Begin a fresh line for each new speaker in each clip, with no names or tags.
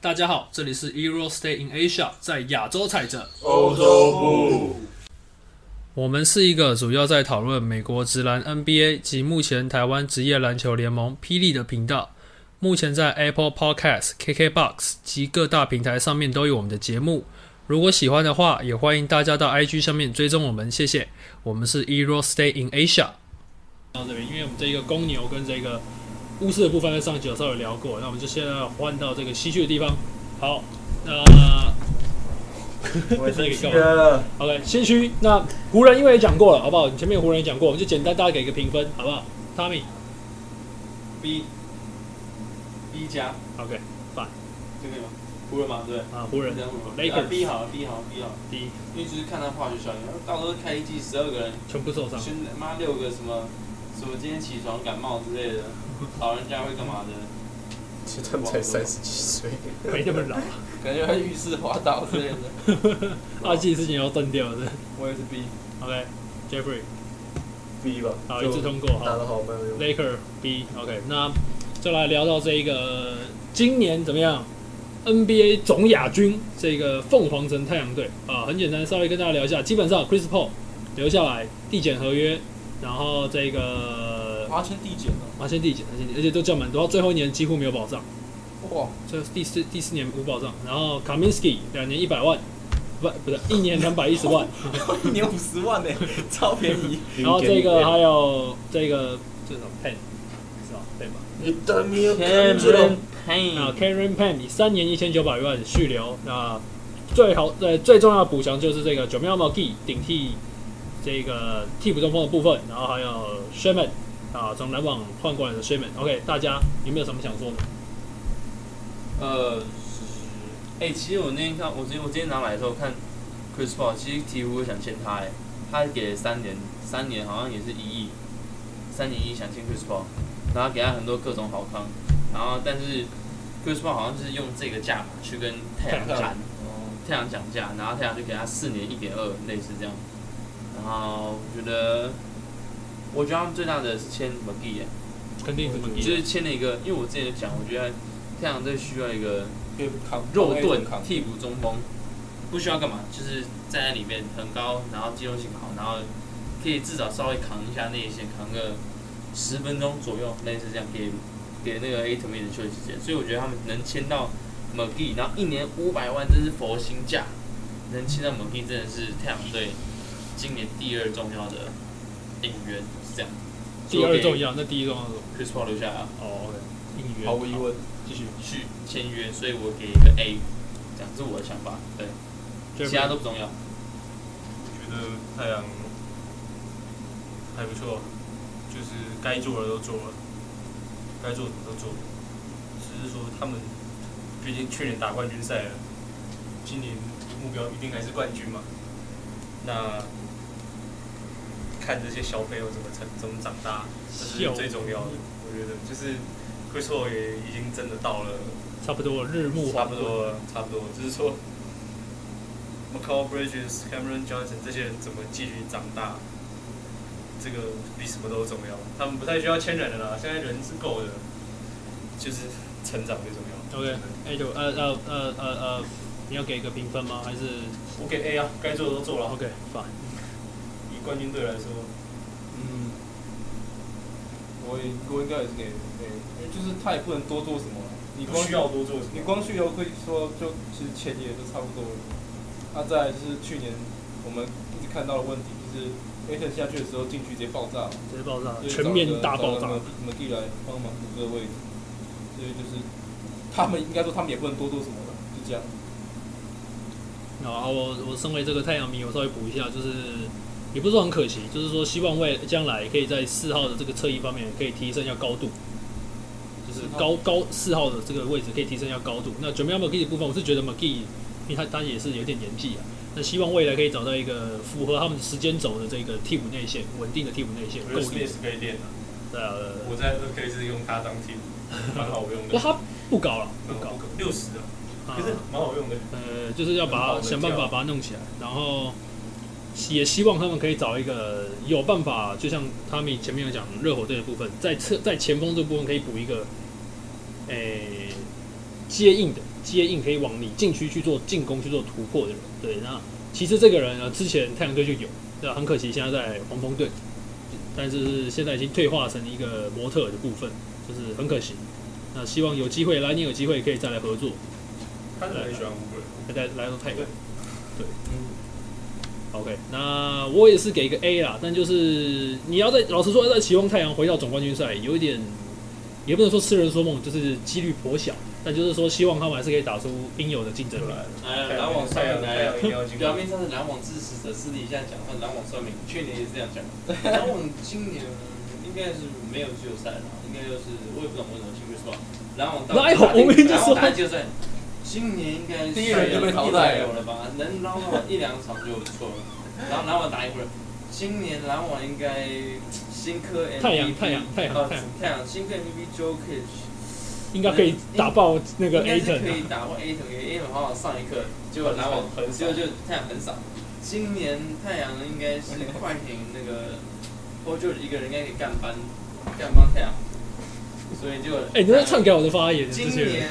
大家好，这里是 Euro Stay in Asia，在亚洲踩着。
欧洲部，
我们是一个主要在讨论美国职篮 NBA 及目前台湾职业篮球联盟霹雳的频道。目前在 Apple Podcast、KKBox 及各大平台上面都有我们的节目。如果喜欢的话，也欢迎大家到 IG 上面追踪我们，谢谢。我们是 Euro Stay in Asia。到这边，因为我们这一个公牛跟这个巫师的部分在上集有稍微聊过，那我们就现在换到这个西区的地方。好，那
我
是
是
缺
缺了，
OK，先驱。那湖人因为也讲过了，好不好？前面湖人也讲过，我们就简单大家给一个评分，好不好？Tommy，OK，、
B B 加，
OK，
这个吗？湖人嘛，对不对？
啊，湖 人
这样湖
Lakers
B 好了，B 好了，B 好了，
第一，
因为就是看他化学效应，到时候开一季十二个人，
全部受伤。
全他妈六个什么什么今天起床感冒之类的，老人家会干嘛的？
其实他们才三十几岁，
没那么老，啊
感觉会浴室滑倒之类的。
二季事情要断掉的。
我也是 B，
OK，Jeffrey，、
B 吧，
好，
就
一致通过，
打
好
得好没有用。
，Laker B。OK，那就来聊到这一个今年怎么样？NBA 总亚军这个凤凰城太阳队啊，很简单，稍微跟大家聊一下。基本上 Chris Paul 留下来递减合约，然后这个
华晨递减了，
啊，先递减，先递减，而且都叫蛮多，到最后一年几乎没有保障，
哇，
这第四第四年无保障。然后 Kaminsky 两年一百万，不不是一年两百一十万，
一年五十万呢， 超便宜。
然后这个还有这个这种 Pen，是吧？Pen 吧。
你的命
那 Karen Pen 以三年一千九百万续留，那最好呃最重要的补强就是这个 j a m a m o g i 顶替这个替补中锋的部分，然后还有 Sherman 啊从篮网换过来的 Sherman。OK，大家有没有什么想说的？
呃，哎、其实我那天看，我今天我今天拿来的时候看 Chris Paul，其实鹈鹕我想签他、哎，他给三年，三年好像也是一亿，三年一亿想签 Chris Paul，然后给他很多各种好康，然后但是 Chris Paul 好像是用这个价码去跟太阳
太
谈，太阳讲价，然后太阳就给他四年一点二，类似这样，然后我觉得，我觉得他们最大的是签 McGee，、哎
肯定是 m
就
g
是签了一个，因为我之前有讲，我觉得太阳队需要一个。
扛
肉盾替补中锋，不需要干嘛，就是站在里面很高，然后机动性好，然后可以至少稍微扛一下内线，扛个十分钟左右，类似这样给给那个 A 特面的休息时间。所以我觉得他们能签到 McGee，然后一年五百万，真是佛心价，能签到 McGee 真的是太阳队今年第二重要的引援，是这样。
第二重
要
要，那第一重要是什么？
，Chris Paul 留下来啊，
哦，OK，应援
毫无疑问，
继续去签约，所以我给一个 A，这样这是我的想法，对。
Jeffrey
其他都不重要。
觉得太阳还不错，就是该做的都做了，该做的都做了。只是说他们毕竟去年打冠军赛了，今年目标一定还是冠军嘛。那看这些小朋友怎么成怎么长大，这
小
是最重要的。我觉得就是 Chris Paul 也已经真的到了。
差不多日暮
差
黄
不
昏，
多，差不多，只是说 m c a u Bridges、Cameron Johnson 这些人怎么继续长大，这个比什么都重要。他们不太需要签人了啦，现在人是够的，就是成长最重要。
OK，哎就呃呃呃呃呃，你要给一个评分吗？还是
我给 A 啊，该做的都做了。
OK fine？
以冠军队来说，
嗯，我也我应该也是给 A，因为就是他也不能多做什么啊，你
不
光
需要多做什
你
么。
光去游会说就其实前年就差不多了。那、再来就是去年我们一直看到的问题，就是 A 特下去的时候禁区直接爆炸，
直接爆炸，
就
啊
是
全面大爆炸
找。什么地来帮忙补这个位置，所以就是他们应该说他们也不能多做什么了，就这样。
然后啊我我身为这个太阳迷，我稍微补一下，就是也不是说很可惜，就是说希望未将来可以在四号的这个侧翼方面可以提升一下高度，就是高高四号的这个位置可以提升一下高度。那 Jamal McGee 的部分，我是觉得 McGee，因为他他也是有点年纪啊，那希望未来可以找到一个符合他们时间轴的这个替补内线，稳定的替补内线，
我
够
觉得 Smith
力。
是可以练的，
呃，
我在二 K 是用他当替 补，蛮好用
不
的。
他不高了，不高，
六十啊，
啊
可是蛮好用的。
呃，就是要把它
很好的
想办法
教
把它弄起来，然后也希望他们可以找一个有办法，就像他们前面有讲热火队的部分，在侧在前锋这部分可以补一个，诶、接应的，接应可以往你禁区去做进攻、去做突破的人。对，那其实这个人呢，之前太阳队就有，那很可惜现在在黄蜂队，但是现在已经退化成一个模特儿的部分，就是很可惜。那希望有机会，来年有机会可以再来合作，
他是很喜欢乌龟，
再来来到泰国。
嗯，
OK，那我也是给一个 A 啦，但就是你要在老实说，在期望太阳回到总冠军赛，有一点也不能说痴人说梦，就是几率颇小，但就是说希望他们还是可以打出应有的竞争力。
来了，哎篮网上
太阳
面来
太
了
阳一。定要进
表
攻。
面上是篮网支持者，私底下讲话篮网算命。去年也是这 样讲，篮网今年应该是没有季后赛了，应该就是我也不懂为什么进去说篮网到
哪有我们就说
篮网打季后赛，今年应该是
第一轮就被淘汰了
一轮有了吧？能篮网一两场就不错了，然后篮网打一会儿。今年篮网应该新科 MVP，
太阳太阳太阳
呃
太阳
太阳新科 MVP Joe Kish，
应该可以打爆那个啊
应该
A
是
n
可以打过 A 腾，A 腾好好上一课，结果篮网
很
结果就太阳很少。今年太阳应该是快艇那个 p 就 u 一个人应该可以干翻干翻太阳，所以就
哎、你在篡改我的发言，这
今
些
年
人。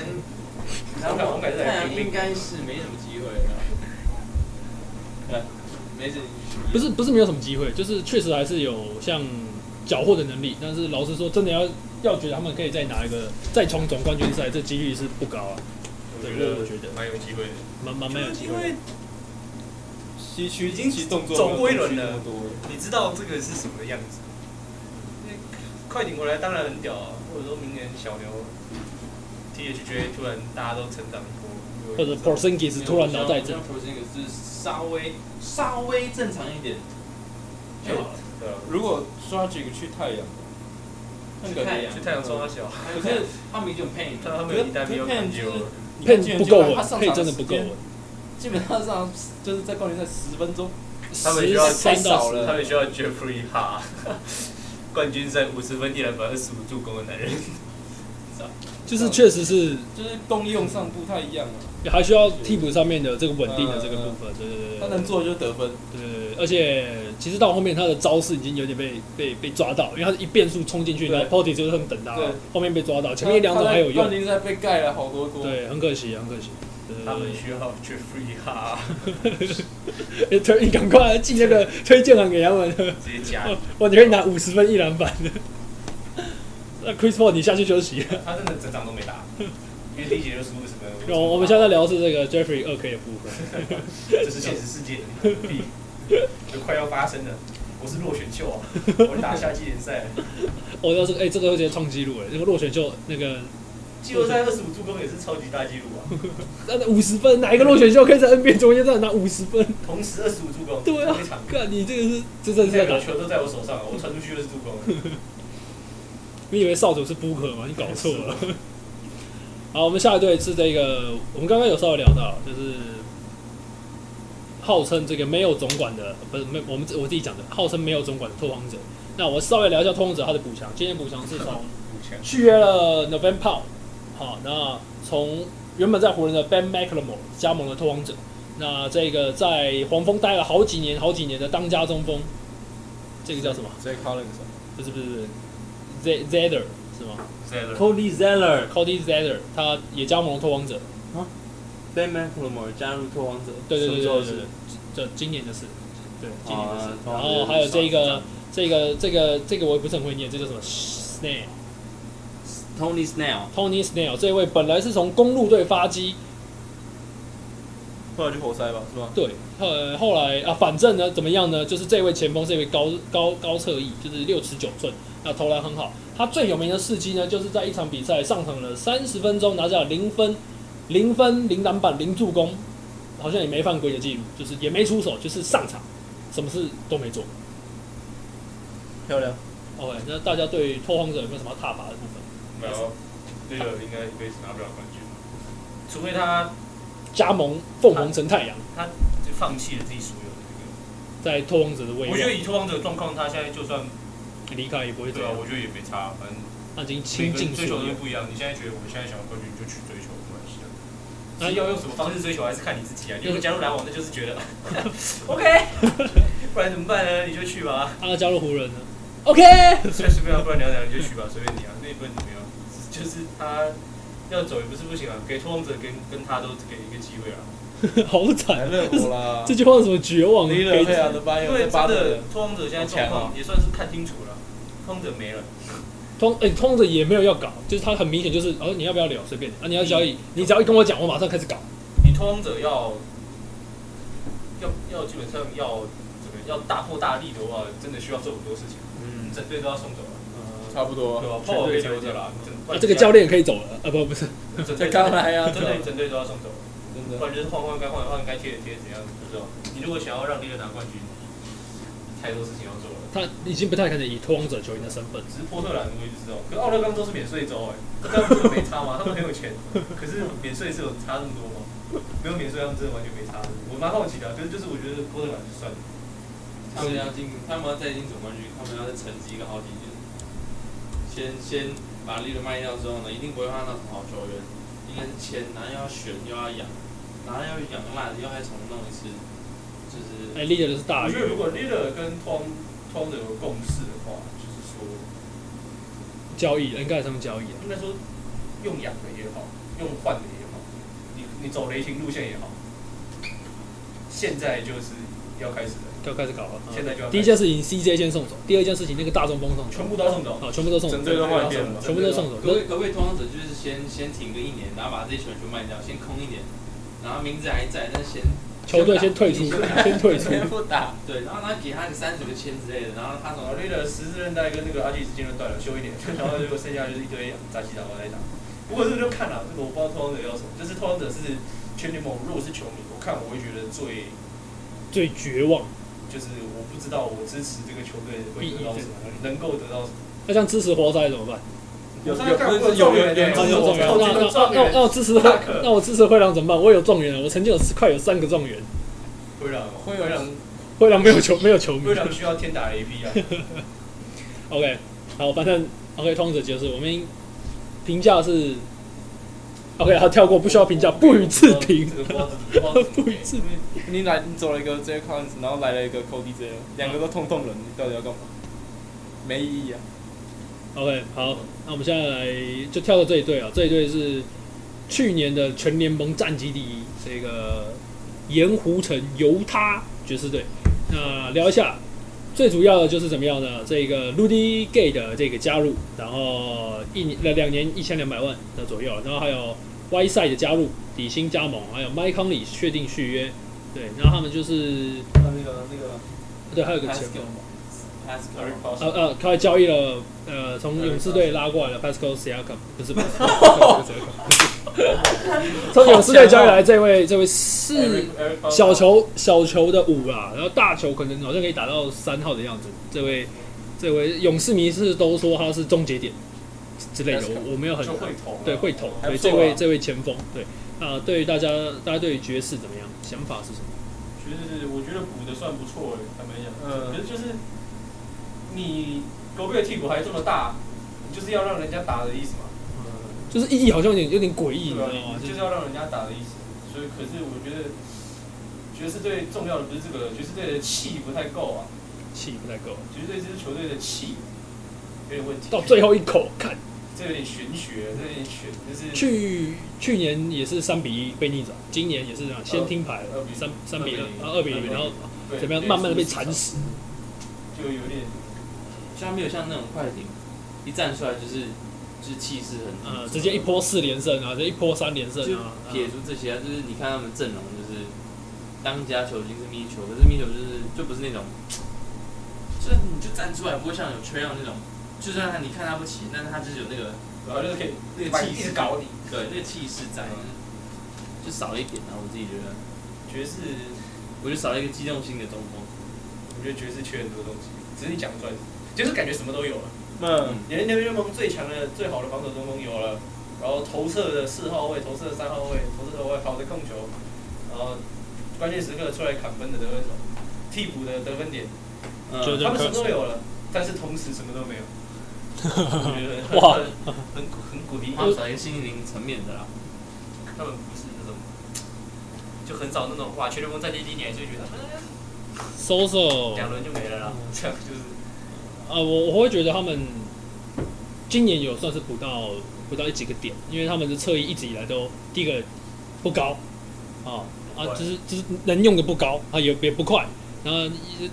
篮网太阳应该是没什么机会 了。对，没什么机会
不是不是没有什么机会，就是确实还是有像缴获的能力，但是老实说，真的要要觉得他们可以再拿一个再冲总冠军赛，这几率是不高啊，
我
对
觉
我
得
觉得
蛮有机会的。
蛮蛮蛮啊有机
因
会的。
为
西区已经其实动作
走过一轮
没有
了
东西那么多了，
你知道这个是什么样子？那快艇回来当然很屌啊，或者说明年小牛 THJ 突然大家都成长一波，
或者 Porzingis 突然脑袋震
像 p o r z i n g 是稍微稍微正常一点就好了。
对啊
如果抓几个去太阳，那
去太阳
去太阳冲他小，
嗯
可是他们已经有 pain
但他们有一代没有感觉，
配
你看
不够稳
他，上场
配真的不够啊
时
稳
间。基本上上就是在冠军赛十分钟，
他们需要
13到
太少了
他们需要 Jeffrey 哈， 冠军赛五十分一篮板二十五助攻的男人，
嗯就是确实是
就是功用上不太一样了。
还需要替补上面的这个稳定的这个部分，对对对对，
嗯他能做的就是得分，
对对对，对而且其实到后面他的招式已经有点被被被抓到，因为他是一变速冲进去，
对
然后 Potty 就是他们等他
对，
后面被抓到，前面两种还有
他在冠
用，
军赛被盖了好多锅，
对，很可惜，很可惜。对
他 们需要 Jeffrey 哈，
对对推你赶快寄那个推荐函给他们，
直接加，
我你可以拿五十分一篮板 的。那 Chris Paul 你下去休息。
他真的整场都没打，因为第一节就输五十分。
然 后我们现在聊的是这个 Jeffrey 二 K 的部分。
这是现实世界的弊，就快要发生了。我是落选秀啊，我打夏季联赛，啊
我要是哎，这个会直接创纪录哎，这个落选秀那个
季后赛二十五助攻也是超级大纪录啊，
那五十分，哪一个落选秀可以在 NBA 中间站拿五十分？
同时二十五助攻，
对啊
非常，
看你这个是这真的是在
代
打
表球都在我手上啊，我传出去就是助攻。
你以为少主是 Booker 吗？你搞错了。 好，我们下一队是这个，我们刚刚有稍微聊到，就是号称这个没有总管的，不是没我们自我自己讲的，号称没有总管的拓荒者。那我稍微聊一下拓荒者他的补强，今年补强是从续约了 November Powell，好，那从原本在湖人的 Ben McLemore 加盟了拓荒者，那这个在黄蜂待了好几年、好几年的当家中锋，这个叫什么？
J Collins 啊
不是不是不是，Z Zeller 是吗？
Cody Zeller
Cody Zeller，他也加盟了拓荒者，
Ben McLemore 加入拓荒者，
对对对对
什么时
对
候
对
是，
这今年的事，对，今年的事
啊。
然后还有这个这个这个这个我也不是很会念，这叫什么 Snail，Tony
Tony Snell，
Snail 这位本来是从公路队发迹，
后来就活塞吧，是吧？
对，呃，后来啊，反正呢，怎么样呢？就是这位前锋，这位高高高侧翼，就是六尺九寸，那投篮很好。他最有名的事迹呢，就是在一场比赛上场了三十分钟，拿下了零分、零分、零篮板、零助攻，好像也没犯规的记录，就是也没出手，就是上场，什么事都没做。
漂亮，
OK，那大家对于拓荒者有没有什么踏伐的部分？
没有，队友应该一辈子拿不了冠军，除非他
加盟凤凰城太阳，
就放弃了自己所有的这
在拓荒者的位
个。我觉得
置
以拓荒者的状况，他现在就算
离开也不会怎
对啊，
样，
我觉得也没差，反正
他已经
每
倾
个
尽
人追求
所
的
有
东西。不一样。你现在觉得我们现在想要冠军，你就去追求，没关系啊。
那
那要用什么方式追求，还是看你自己啊。你如果加入篮网，那就是 觉得 OK，不然怎么办呢？你就去吧，
他要加入湖人呢？OK，
随便不要，不然聊聊你就去吧，随便你啊，那也不能怎么样。就是他要走也不是不行啊，给拓荒者跟跟他都给一个机会啊。
好
来
啊
惨，
热火啦
这，句话怎么绝望？啊
利勒佩亚德啊巴
因
有
为
在
真
巴
的
特，
拓荒者现在状
好强
况也算是看清楚了，拓荒者没了，
通哎，通着也没有要搞，就是他很明显就是哦，你要不要聊随便你啊，你要交
嗯
易，你只要一跟我讲，我马上开始搞。啊
你拓荒者要要要基本上要怎么样要大破大立的话，真的需要做很多事情，
嗯，
整队都要送走了，
差不多
对
啊。
吧？炮可以留着啦，
啊，这个教练可以走了啊，不不是，
整
才
队
刚来啊，
整
真
队
的
整队都要送走了。
真的
不。然就是换换该换换该贴的贴怎样，不知道。你如果想要让利勒拿冠军，太多事情要做了。
他已经不太可能以拓荒者球员的身份，
只是波特兰我一直知道，可是奥勒冈州是免税州哎、欸，他们真的没差吗？他们很有钱，可是免税是有差那么多吗？没有免税，他们真的完全没差。我蛮好奇的啊，可是就是我觉得波特兰就算了，
他们要进，他们要再进总冠军，他们要再沉寂个好几年。先先把利润卖掉之后呢，一定不会换到什么好球员，应该是签，然后又要选又要养，然后又养烂，又还重弄一次，就是
哎，利的是大
我觉
鱼，
得如果利勒跟通通的有共识的话，就是说
交易应该他们交易啊，
应该说用养的也好，用换的也好，你你走雷霆路线也好，现在就是要开始了，
要开始搞了。
现在就要
嗯第一
开始
件事情 CJ 先送走，第二件事情那个大中锋送走，
全部都要送走。
啊，全部都送走
整，队都换一遍了，
全部都送走。
可不可以可不可以通常者就是先先停个一年，然后把这些球员全卖掉，先空一年，然后名字还在，但先
球队先退出，先退出。
全部打，
对，然后他给他个三十个签之类的，然后他从
然后 l 的十字韧带跟那个阿基里斯腱都断了，修 一点，然后就剩下就是一堆杂七杂八在打。不过这个就看了、这个我不知道拓荒者要什么，就是拓荒者是全联盟，如果是球迷，我看我会觉得最
最绝望。
就是我不知道我支持这个球队会得到什么，能够得到什么。
那像支持活塞怎么办？
有
我上次看过状元
有有有
那
有状元，
那
我记得状
那那
元
那我支持灰，那我支持灰狼怎么办？我有状元了，我曾经有快有三个状元，
会让会让
灰狼没有球没有球迷
会。让需要天打 A P 啊，
OK，好，反正 OK 通则结束，我们评价是 OK，好跳过，不需要评价，不予置评。
这个不知道这个
不
不知
予
道
置评。
你来你走了一个 J Collins，然后来了一个 Cody J，两个都痛痛人，你到底要干嘛？没意义啊！
OK，好，那我们现在来就跳到这一队啊，这一队是去年的全联盟战绩第一，这个盐湖城犹他爵士队。那聊一下，最主要的就是怎么样呢？这个 Rudy Gay 的这个加入，然后一年呃两年一千两百万的左右，然后还有 Y 赛的加入，底薪加盟，还有 Mike Conley 确定续约，对，然后他们就是
那个那个
对，还有一个前锋
Pascal Pascal
Eric Paulson
呃呃，他交易了呃，从勇士队拉过来的 Pascal Siakam，不是 Pascal，从勇士队交易来这位这位是
Eric Paulson
小球小球的五啦，然后大球可能好像可以打到三号的样子。这位这位勇士迷是都说他是终结点之类的，我我没有很
就会投啊了，
对会投，
还
对
不
这
错
位
啊
这位前锋，对啊、对于大家大家对于爵士怎么样想法是什么？
就是我觉得补的算不错哎，坦白讲，
嗯
可是就是你狗贝尔替补还这么大，你就是要让人家打的意思嘛，
就是意义啊好像有点有点诡异，你知
对吧啊
道吗？？
你
就
就是是要让人家打的意思，所以可是我觉得爵士队重要的不是这个，爵士队的气不太够啊，
气不太够，
爵士队这支球队的气有点问题，
到最后一口看。
这有点玄学，这有点玄，就是
去去年也是三比一被逆转，今年也是这样，先听牌
二比一
三三比啊
二比零
二，二比零，然后
对
怎么样，慢慢的被蚕，食。
对就有点
虽然没有像那种快艇，一站出来就是就是气势很足
呃，直接一波四连胜啊，这一波三连胜
就
啊，
撇除这些啊，就是你看他们阵容就是当家球星是密球，可是密球就是就不是那种，就是你就站出来不会像有缺氧那种，就算他你看他不起，但是他就是有那个
然后就是可以
那
把
个气
一直
势，
搞你。
对，那个气势在，
嗯
就少了一点啊，我自己觉得，
爵士，
我就少了一个机动性的中锋。
我觉得爵士缺很多东西，只是你讲不出来，就是感觉什么都有了。
嗯，
你连那边联盟最强的、最好的防守中锋有了，然后投射的四号位、投射的三号位、投射的外跑的控球，然后关键时刻出来砍分的得分手，替补的得分点，
嗯
就
他们什么都有了，但是同时什么都 没有。我觉得很
哇
很很很鼓励，
他们少一个心灵层面的啦，
他们不是那种，就很少那种哇，全联盟战绩第一年就觉得呃
收手
两轮就没了啦，这样就是
呃啊，我我会觉得他们今年有算是补到不到几个点，因为他们的侧翼一直以来都第一个不高啊啊，就是就是能用的不高啊，也也不快，然后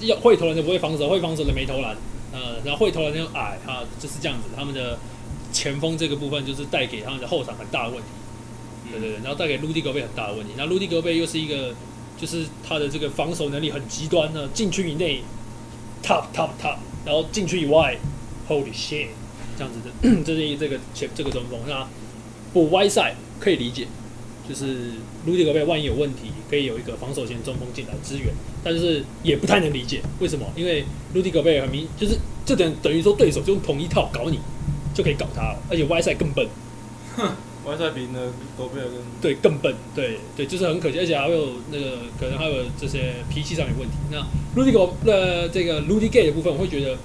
要会投篮就不会防守，会防守的没投篮，呃，然后会投篮就矮啊，就是这样子。他们的前锋这个部分就是带给他们的后场很大的问题，对对对，然后带给陆地格贝很大的问题。那陆地格贝又是一个就是他的这个防守能力很极端呢，禁区以内 top top top，然后禁区以外 holy shit 这样子的， 这是一这个前这个中锋。那补歪赛可以理解，就是卢迪格贝万一有问题，可以有一个防守型中锋进来支援，但是也不太能理解为什么，因为卢迪格贝很明，就是这等等于说对手就用同一套搞你，就可以搞他了，而且歪赛更笨。
完赛比呢狗贝尔跟
对，更笨，对对，就是很可惜，而且还会有那个可能还有这些脾气上有问题。那 Rudy Go 呃这个 Rudy Gay 的部分，我会觉得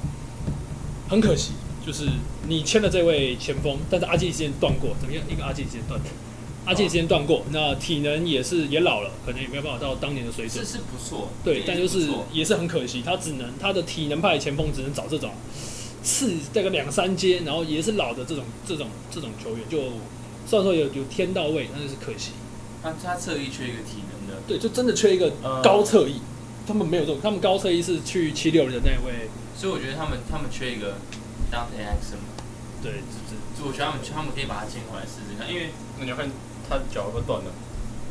很可惜，就是你签了这位前锋，但是阿基里之前断过，怎么样？一个阿基里之前断的，阿基里之前断过，那体能也是也老了，可能也没有办法到当年的水准
是。是不错，
对，
这
但
也
就是
不错
也是很可惜，他只能他的体能派前锋只能找这种次大概两三阶，然后也是老的这种这种这种球员，就虽然说有有天到位，但是可惜。
他他侧翼缺一个体能的，
对，就真的缺一个
嗯
高侧翼，他们没有这种，他们高侧翼是去七六人的那一位，
所以我觉得他们他们缺一个 Dante Axon，
对，这
就我觉得他们他们可以把他签回来试试看，因为
那你要看他脚要不要断了，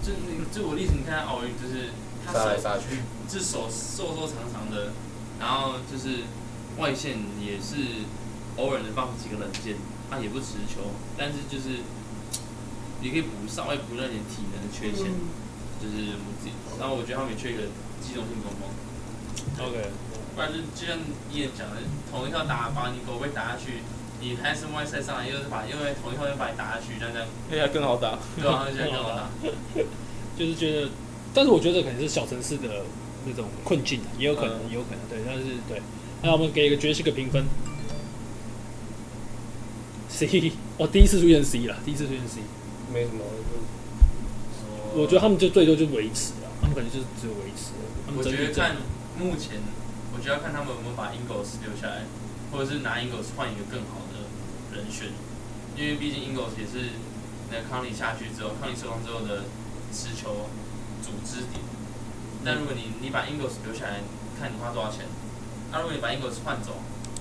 就你就我例子，你看他奥运就是他
杀来
手
杀去，
这手瘦瘦长长的，然后就是外线也是偶尔能放几个冷箭，他也不持球，但是就是也可以补稍微补那点体能的缺陷，
嗯
就是我自己。然后我觉得他们也缺一个机动性中锋，
这 OK，
不然就就像伊人讲的，同一套打把你狗被打下去，你还是外赛上来又是把又为同一套又把你打下去，那这样
黑还更好打，
对啊，就更好打。
就是觉得，但是我觉得可能是小城市的那种困境啊，也有可能，
嗯
也有可能，对，但是对，那我们给一个爵士个评分，C，哦，第一次出现 C 了，第一次出现 C，
没什么，
我觉得他们就最多就维持了，他们可能就是只有维持了，他们
我
整体
觉得
阵
看目前，我觉得要看他们有没有把 Ingles 留下来，或者是拿 Ingles 换一个更好的人选，因为毕竟 Ingles 也是那康利下去之后，康利受伤之后的持球组织点。但如果你你把 Ingles 留下来，看你花多少钱；那、如果你把 Ingles 换走，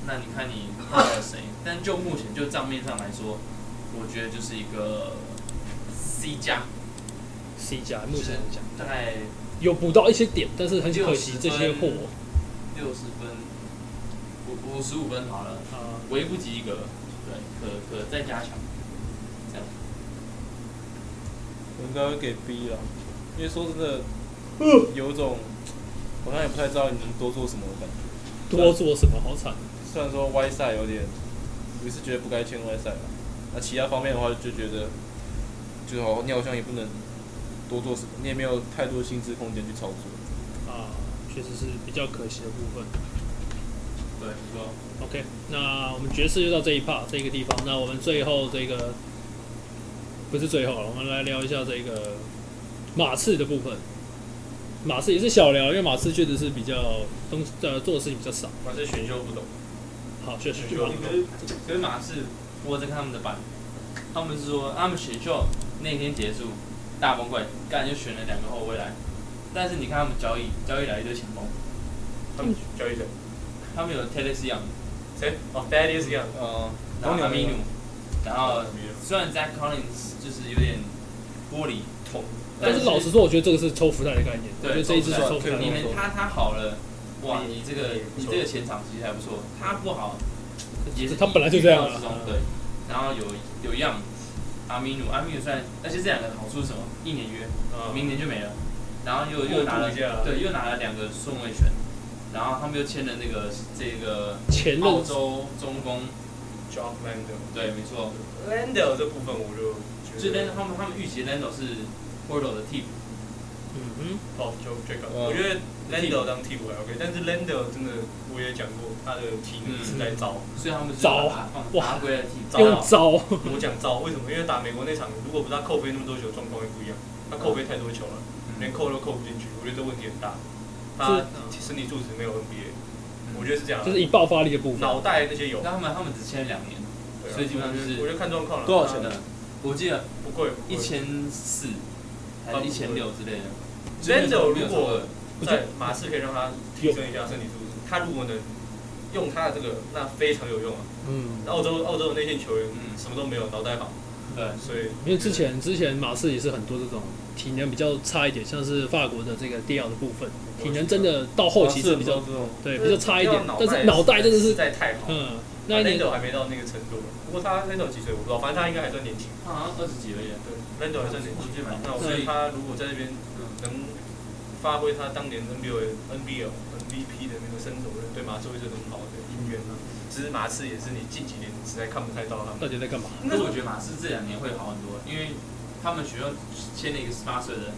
那你看你换了谁？但就目前就账面上来说，我觉得就是一个 C 加，
C 加，目前来讲
大概
有补到一些点，但是很可惜
60
这些货
分六十分，五五十五分好了，
啊、
微不及格，对，可可再加强。这样，
我应该会给 B 了，因为说真的，有一种我好像也不太知道你能多做什么的感觉。
多做什么好惨。
虽然说 Y 赛有点，我是觉得不该签 Y 赛吧。那其他方面的话，就觉得，就是好，你好像也不能多做什么，你也没有太多薪资空间去操作。
啊，确实是比较可惜的部分。
对，不错。
OK，那我们爵士就到这一 part 这个地方。那我们最后这个不是最后了，我们来聊一下这个马刺的部分。马刺也是小聊，因为马刺确实是比较东呃做的事情比较少。
反正选秀不懂，
好，确实就
选秀不懂，
可是马刺，我在看他们的版，他们是说他们选秀那天结束大崩溃，干就选了两个后卫来，但是你看他们交易交易来一堆前锋，
他们交易者
他们有 t e l e s y o n
谁？哦，Daddy 是这样，
嗯，
然后 a
有
m i
没
n
有
u 然后虽然 Zach Collins 就是有点玻璃
痛，
但是老实说，我觉得这个是抽福袋的概念。我觉得这一支是抽福袋的。
你们他他好了，哇，你这个你这个前场其实还不错，他不好，也是
他本来就这样啊
预料之中对。然后有有样，阿米努阿米努虽然，而且这两个好处是什么？一年约，明
嗯，
年就没了。然后又
过渡
又拿了
一下啊
对，又拿了两个顺位权，然后他们又签了那个这个
前
澳
任
洲中锋，
John Lando，Lando
对，没错，
这部分我就
就
觉
但
得
是，他们他们预期 Lando 是 Porto 的替补，
嗯
哦，就这个，
嗯
我觉得 Lando 当替补还 OK，但是 Lando 真的我也讲过，他的体能是在糟，
所以他们就是
糟
把他放
啊哇
拿归来替补
哼，。用招。
我讲糟，为什么？因为打美国那场，如果不是他扣飞那么多球，状况会不一样，他扣飞太多球了。
嗯
连扣都扣不进去，我觉得这问题很大。他身体素质没有 NBA，我觉得是这样。
就是以爆发力的部分。
脑袋那些有，
那他们他们只签两年，
对啊
所以基本上就是
我就看状况了。
多少钱呢？
我记得
不贵，不贵
一千四还是一千六之类的。
Lando 如
没有超
果
过
在马刺可以让他提升一下身体素质，他如果能用他的这个，那非常有用啊。
嗯，
澳洲澳洲的内线球员
嗯
什么都没有，脑袋好，
对，
所以
因为之前之前马刺也是很多这种体能比较差一点，像是法国的这个迪奥的部分，体能真的到后期是比较
这种
对比较差一点
要，
但是脑袋真的
实
是
在太好。
嗯，那一年
Lando 还没到那个程度，不过他 Lando 几岁我不知道，反正他应该还算年轻。
他好像二十几而已。
对，Lando 还算年轻，那我觉
所以
得他如果在这边能发挥他当年 NBA NBL MVP 的那个身手，我觉得对马刺会是很好的姻缘啊。只是马刺也是你近几年实在看不太到他们。
到底在干嘛？
但是我觉得马刺这两年会好很多，因为他们学校签了一个十八岁的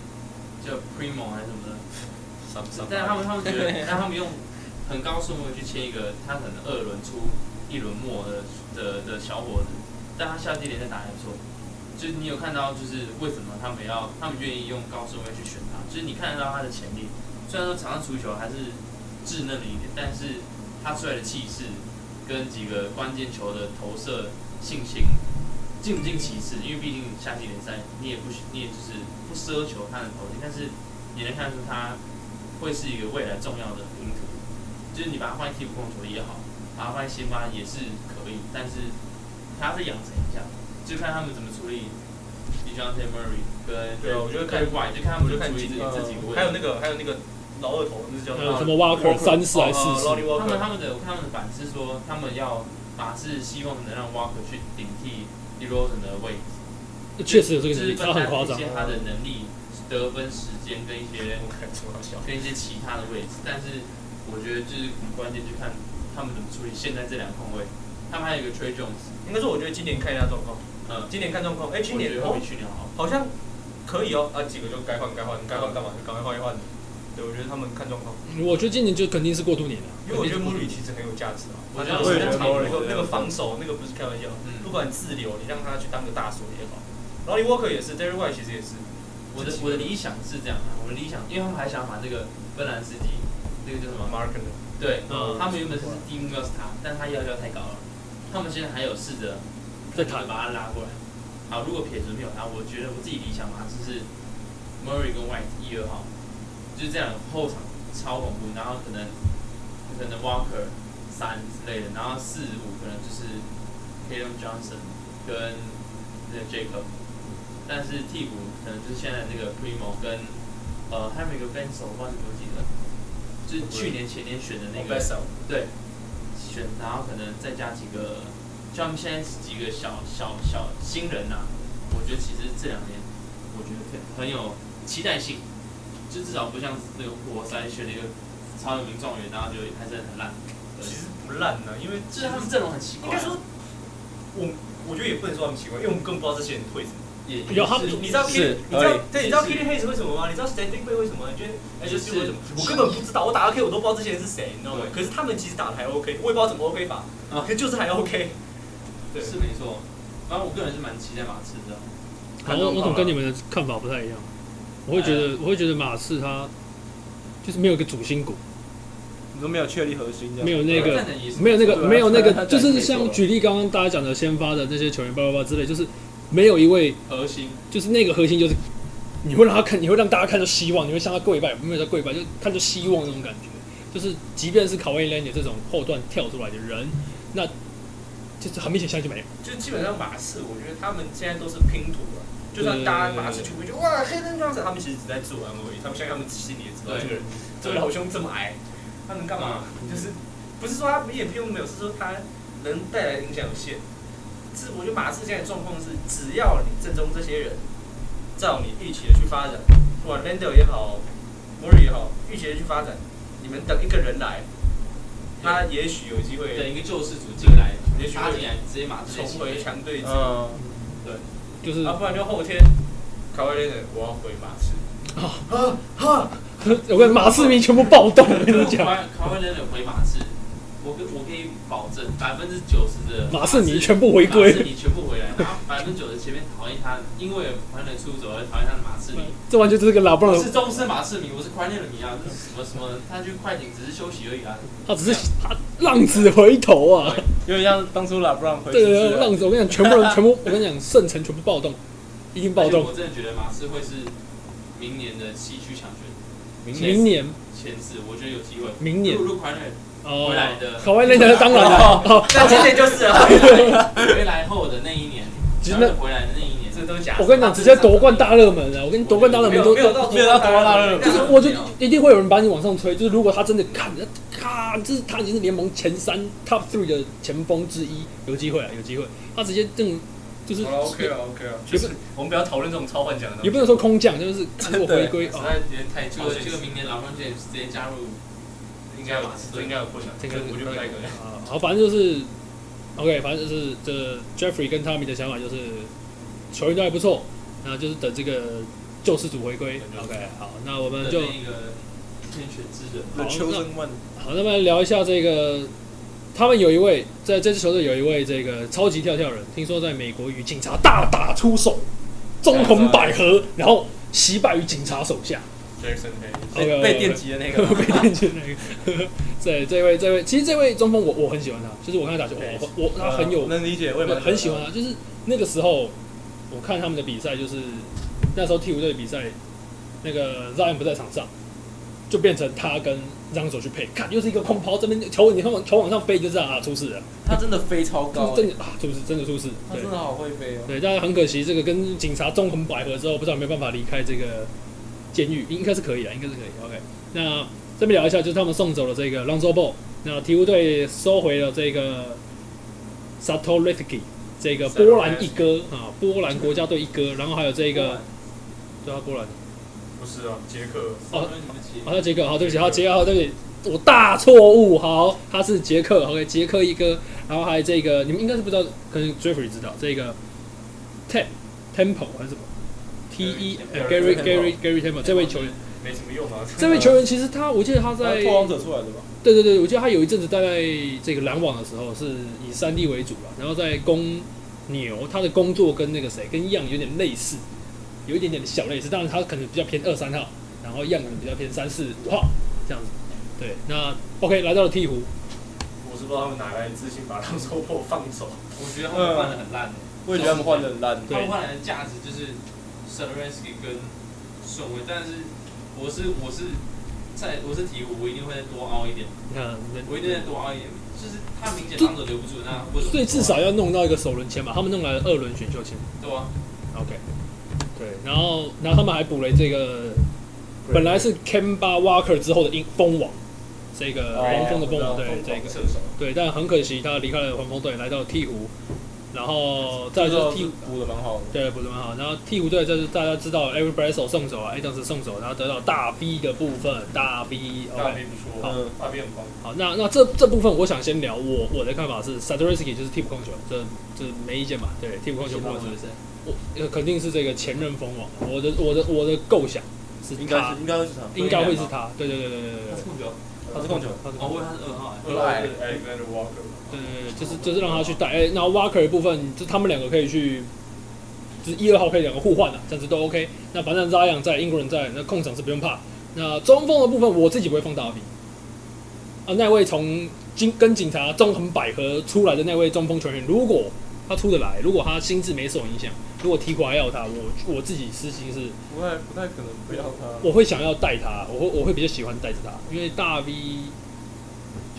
叫 Primo 还是什么的，
上上
但他们他们觉得，但他们用很高顺位去签一个他可能二轮出一轮末的的的小伙子，但他夏季联赛打得还不错。就是你有看到，就是为什么他们要，他们愿意用高顺位去选他，就是你看得到他的潜力。虽然说场上足球还是稚嫩了一点，但是他出来的气势跟几个关键球的投射信心，尽不尽其事？因为毕竟夏季联赛你也不需你也就是不奢求他能投进，但是你能看出他会是一个未来重要的领土。就是你把它换替补控球也好，把它换先发也是可以，但是他是养成一下，就看他们怎么处理 d j o n t e Murray 跟
对啊我觉得看
外，就看他们
我就
怎么
看
处理这
今
这几个问题。
还有那个还有那个老二头，那是叫
呃，什么 Walker 三四还是四十？
哦 Lonnie
他们
Walker，
他们的我看他们的版是说，他们要马刺希望能让 Walker 去顶替 d e r o z a n 的位置，
确实有这个能力，
是
他很夸张
一。些他的能力、得分时间跟一些
我看出好笑。
跟一些其他的位置，但是我觉得就是很关键，就看他们怎么处理现在这两个空位。他们还有一个 Trey Jones，
应该说，我觉得今年看一下状况，
嗯，
今年看状况。哎，今
我觉
年
得会
哦
比去年好。
好像可以哦，啊，几个就该换该换，该换干嘛就赶快换一换。对，我觉得他们看状况，
我觉得今年就肯定是过渡年了。
因为我觉得穆里其实很有价值啊。
我觉
他那
得我
个
也觉得
场那
Murray
个那
对
个
对
防守那个不是开玩笑，
嗯
不管自留，你让他去当个大锁也好。然后 Walker 也是，Derry White 其实也是，
我的我的理想是这样啊，我的理想，因为他们还想把那个芬兰斯基，那个叫什么
m a r k
对，
嗯
呃他们原本是第五个是他，但他要求太高了，他们现在还有试着
再谈
把他拉过来。好，如果撇除没有他，我觉得我自己理想嘛，就是 Murray 跟 White 一二号，就是这样后场超恐怖，然后可能可能 Walker 三之类的，然后四五可能就是 k a l e m Johnson 跟那个 Jacob，但是替补可能就是现在那个 Primo 跟呃还有一个 b e n s o 忘记我记得，就是去年前年选的那个
e s e
对，选，然后可能再加几个，就他们现在是几个小小小新人呐、我觉得其实这两年，我觉得很很有期待性，就至少不像那个活塞选了一个超有名状元，然后就还是很烂。
其实不烂呢，因为
对就是他们阵容很奇
应该
怪、啊，
说，我我觉得也不能说他们奇怪，因为我们更不知道这些人会怎么。
也
有他们
是
你知道 P，
是
你知道
合理
对，你知道 P D Hayes 为什么吗？你知道 Standing Bay 为什么吗？你觉得
就是
HSU 为什么？我根本不知道，我打 OK 我都不知道这些人是谁，你知道吗
对？
可是他们其实打的还 OK，我也不知道怎么 OK 法
啊，
可就是还 OK。对，
是没错。反正我个人是蛮期待马刺的，
好，我我怎么跟你们的哎看法不太一样？我会觉得，我会觉得马刺他就是没有一个主心骨，
你都没有确立核心这样，
没有那个
看着也是
没有那个
对啊
没有那
他
个，
他
就是
他
像
他
举例刚刚大家讲的先发的那些球员，叭叭叭之类，就是没有一位
核心，
就是那个核心就是。你会让他看，你会让大家看到希望，你会向他跪拜，没有在跪拜，就看着希望那种感觉。就是即便是卡威兰尼这种后段跳出来的人，那就是很明显相信没有。
就基本上马刺，我觉得他们现在都是拼图了。就算大家马刺去会觉得哇，黑人装神，他们其实只在自啊我安慰，他们相信他们心里也知道
对
这个人，这个老兄这么矮，他能干嘛？就是不是说他也并没有，是说他能带来的影响有限。是我觉得马刺现在的状况是，只要你正中这些人，照你预期的去发展，不管 Lando 也好，m u r r a y 也好，预期的去发展，你们等一个人来，他也许有机
等
会
一个救世主进来，
也许
他进来直接马刺
重回强队之路。
嗯，
就是
啊，不然就后天，卡威雷的我要回马刺。
我跟马刺迷全部暴动，我跟你
我
讲。
卡卡威勒回马刺，我跟我可以保证百分之九十的
马士尼全部回归
马士尼全部回来，然后百分之九十前面讨厌他，因为狂人出走而讨厌他的马 士尼。
这完全就是个老布朗
我，是忠实马士尼，我是快乐的迷啊，这是什么什么？他去快艇只是休息而已啊。
他只是他浪子回头啊！
有点像当初拉布朗回去
对啊，浪子，我跟你讲，全部人全部，我跟你讲，圣城全部暴动，一定暴
而且
动。
我真的觉得马刺会是明年的西区强权
明
明
年
年，
前四，我觉得有机会。
明年
如果快乐
哦
回来的，
好，那那当然了，哦
那今年就是了。回来后的那一年，
其实
然
那
后回来的那一年，这都假 设。
我跟你讲，直接夺冠大热门啊！我跟你夺冠大热
没
门
有
都
没有到
没有到多拉
热
热
门
就是我觉得一定会有人把你往上推。就是如果他真的看，咔，这是他已经是联盟前三 top three 的前锋之一，有机会啊，有机会。他直接这种就是
好了，OK
啊
了，OK 了。
就是我们不要讨论这种超幻想的东
也
西
不。能说空降，就是自我回归
实
啊。
在有点太就
哦
就明年老 e b 直接加入
应该吧，这应该有困难，
这
这
个
个我就不太可能。
啊，好，反正就是 OK，反正就是这 Jeffrey 跟 Tommy 的想法就是球员都还不错，那就是等这个救世主回归。OK，好，那我们
的
就
那个天选之人。
好
The chosen one，
好，那么聊一下这个，他们有一位在这支球队有一位这个超级跳跳人，听说在美国与警察大打出手，纵
啊
横捭阖，然后惜败于警察手下。
Jackson Hayes，
被
OK，
被电击的那
被
个，
电击那个。 对，这位这位，其实这位中锋我我很喜欢他，就是我看他打球，我我他很有
呃能理解，我也蛮
很喜欢。他，啊就是那个时候我看他们的比赛，就是那时候替补队的比赛，那个 Zion 不在场上，就变成他跟让手去配，看又是一个空抛，这边球你看往球往上飞，你就知道啊出事了，
他真的飞超
就
高
是，真的啊出事，真的出事，
他
对
真的好会哦飞哦。
对，但是很可惜，这个跟警察纵横捭阖之后，不知道有没有办法离开这个监狱，应该是可以的，应该是可以。OK，那这边聊一下，就是他们送走了这个 Lonzo Ball，那鹈鹕队收回了这个 Satoransky，这个波兰一哥啊，波兰国家队一哥，然后还有这个对啊，波兰
不是啊，杰克，
哦
哦，对
好，那杰克，好，对不起，好，杰克，好，对不起，我大错误，好，他是杰克，OK，杰克一哥，然后还有这个，你们应该是不知道，可能 Jeffrey 知道这个 Tem Temple 还是什么 T E Gary Gary Gary Temple 这位球员，
没什么用啊。
这位球员其实他，我记得他
他
在
是拓荒者出来的吧？
对对对，我记得他有一阵子待在这个篮网的时候是以三 D 为主吧，然后在公牛，他的工作跟那个谁跟样有点类似，有一点点小类似，当然他可能比较偏二三号，然后样可能比较偏三四五号这样子。对，那 OK 来到了鹈鹕，
我是不知道他们哪来的自信把他们收破放手。
我觉得他们换的很烂，
呃我也觉得他们换的很烂。
他
对
们换来的价值就是 s a r a n s k y 跟顺位，但是我是我是在我是鹈鹕，我一定会再多凹一点，
你看，
我一定会再多凹一点，就是他明显当着留不住，那为什么？
所以至少要弄到一个首轮签吧，他们弄来了二轮选秀签
对啊，
，OK。对，然后然后他们还补了这个本来是 Kemba Walker 之后的鹰蜂王，这个黄蜂的蜂王，对这个。
射手，
对，但很可惜他离开了黄蜂队，来到鹈鹕，然后再来就是鹈鹕，
补的蛮好的。
对，不是蛮好。然后鹈鹕队就是大家知道 e v e r b r e s s o 送走啊，a d a m s 送走，然后得到大 B 的部分，大 B，OK、
大兵不错，
嗯，
大兵很棒。
好，那那这这部分我想先聊我我的看法是 s a d o r i s k y 就是替补控球，这这没意见吧？对，替补控球不管是
谁？
我呃肯定是这个前任蜂王，我的我的我的构想是
应该
他
是应该是他，
应该会是他，对对对对对对
他是控球，
他是控球，
对，
哦，我以为他是二号哎。
二来啊 Alexander Walker，
对对对，就是就是让他去带，哎、然后 Walker 的部分，就他们两个可以去，就是一二号可以两个互换的、啊这样子都 OK。那反正 Zion 在英国人在，那控场是不用怕。那中锋的部分，我自己不会放大比。啊，那位从警跟警察纵横捭阖出来的那位中锋球员，如果他出得来，如果他心智没受影响，如果提款要他，我我自己私心是
不太不太可能不要他。
我会想要带他，我会我会比较喜欢带着他，因为大 V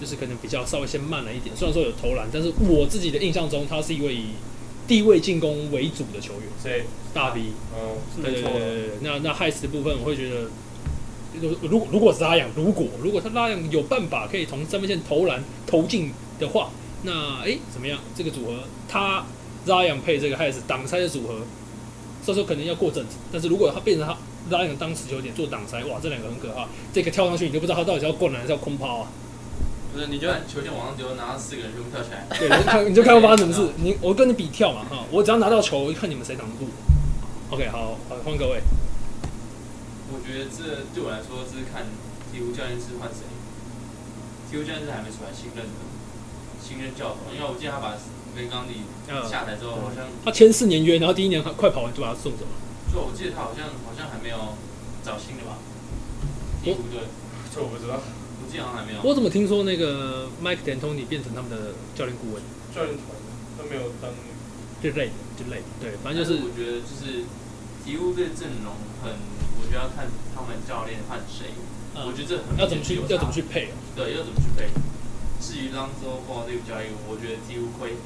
就是可能比较稍微先慢了一点，虽然说有投篮，但是我自己的印象中他是一位以低位进攻为主的球员。
谁？
大 V，
嗯，
是
对
没
对
错
对
的，
对对，那那害死的部分，我会觉得，如如果如果是拉扬，如果如果他拉扬有办法可以从三分线投篮投进的话，那诶怎么样？这个组合他拉扬配这个害死挡拆的组合，这时候可能要过阵子。但是如果他变成他拉扬当持球点做挡拆，哇，这两个很可怕。这个跳上去你就不知道他到底是要灌篮还是要空抛啊？
不是，你
哎
就把球线往上丢，然后四个人全部跳起来。
对，你就看你就看会发生什么事。你我跟你比跳嘛哈，我只要拿到球，我就看你们谁挡得住。OK，好，好换各位。
我觉得这对我来说是看鹈鹕教练是换谁，鹈鹕教练是还没出来新任的，新任教头，因为我记得他把维冈里
呃，
下台之后，好像
他签四年约，然后第一年快跑完就把他送走了。
就我记得他好像好像还没有找新的吧？鹈鹕队，
这我不知道。
我记得好像还没有。
我怎么听说那个 Mike D'Antoni 变成他们的教练顾问
教练团的他没有当
之类的之类的？对，反
但
正就是
我觉得就是鹈鹕队阵容很，我觉得要看他们教练换谁，我觉得这
呃
很
嗯要怎么去
有差
要怎么去配啊？
对要怎么去配。至于当周报这个交易，我觉得鹈鹕亏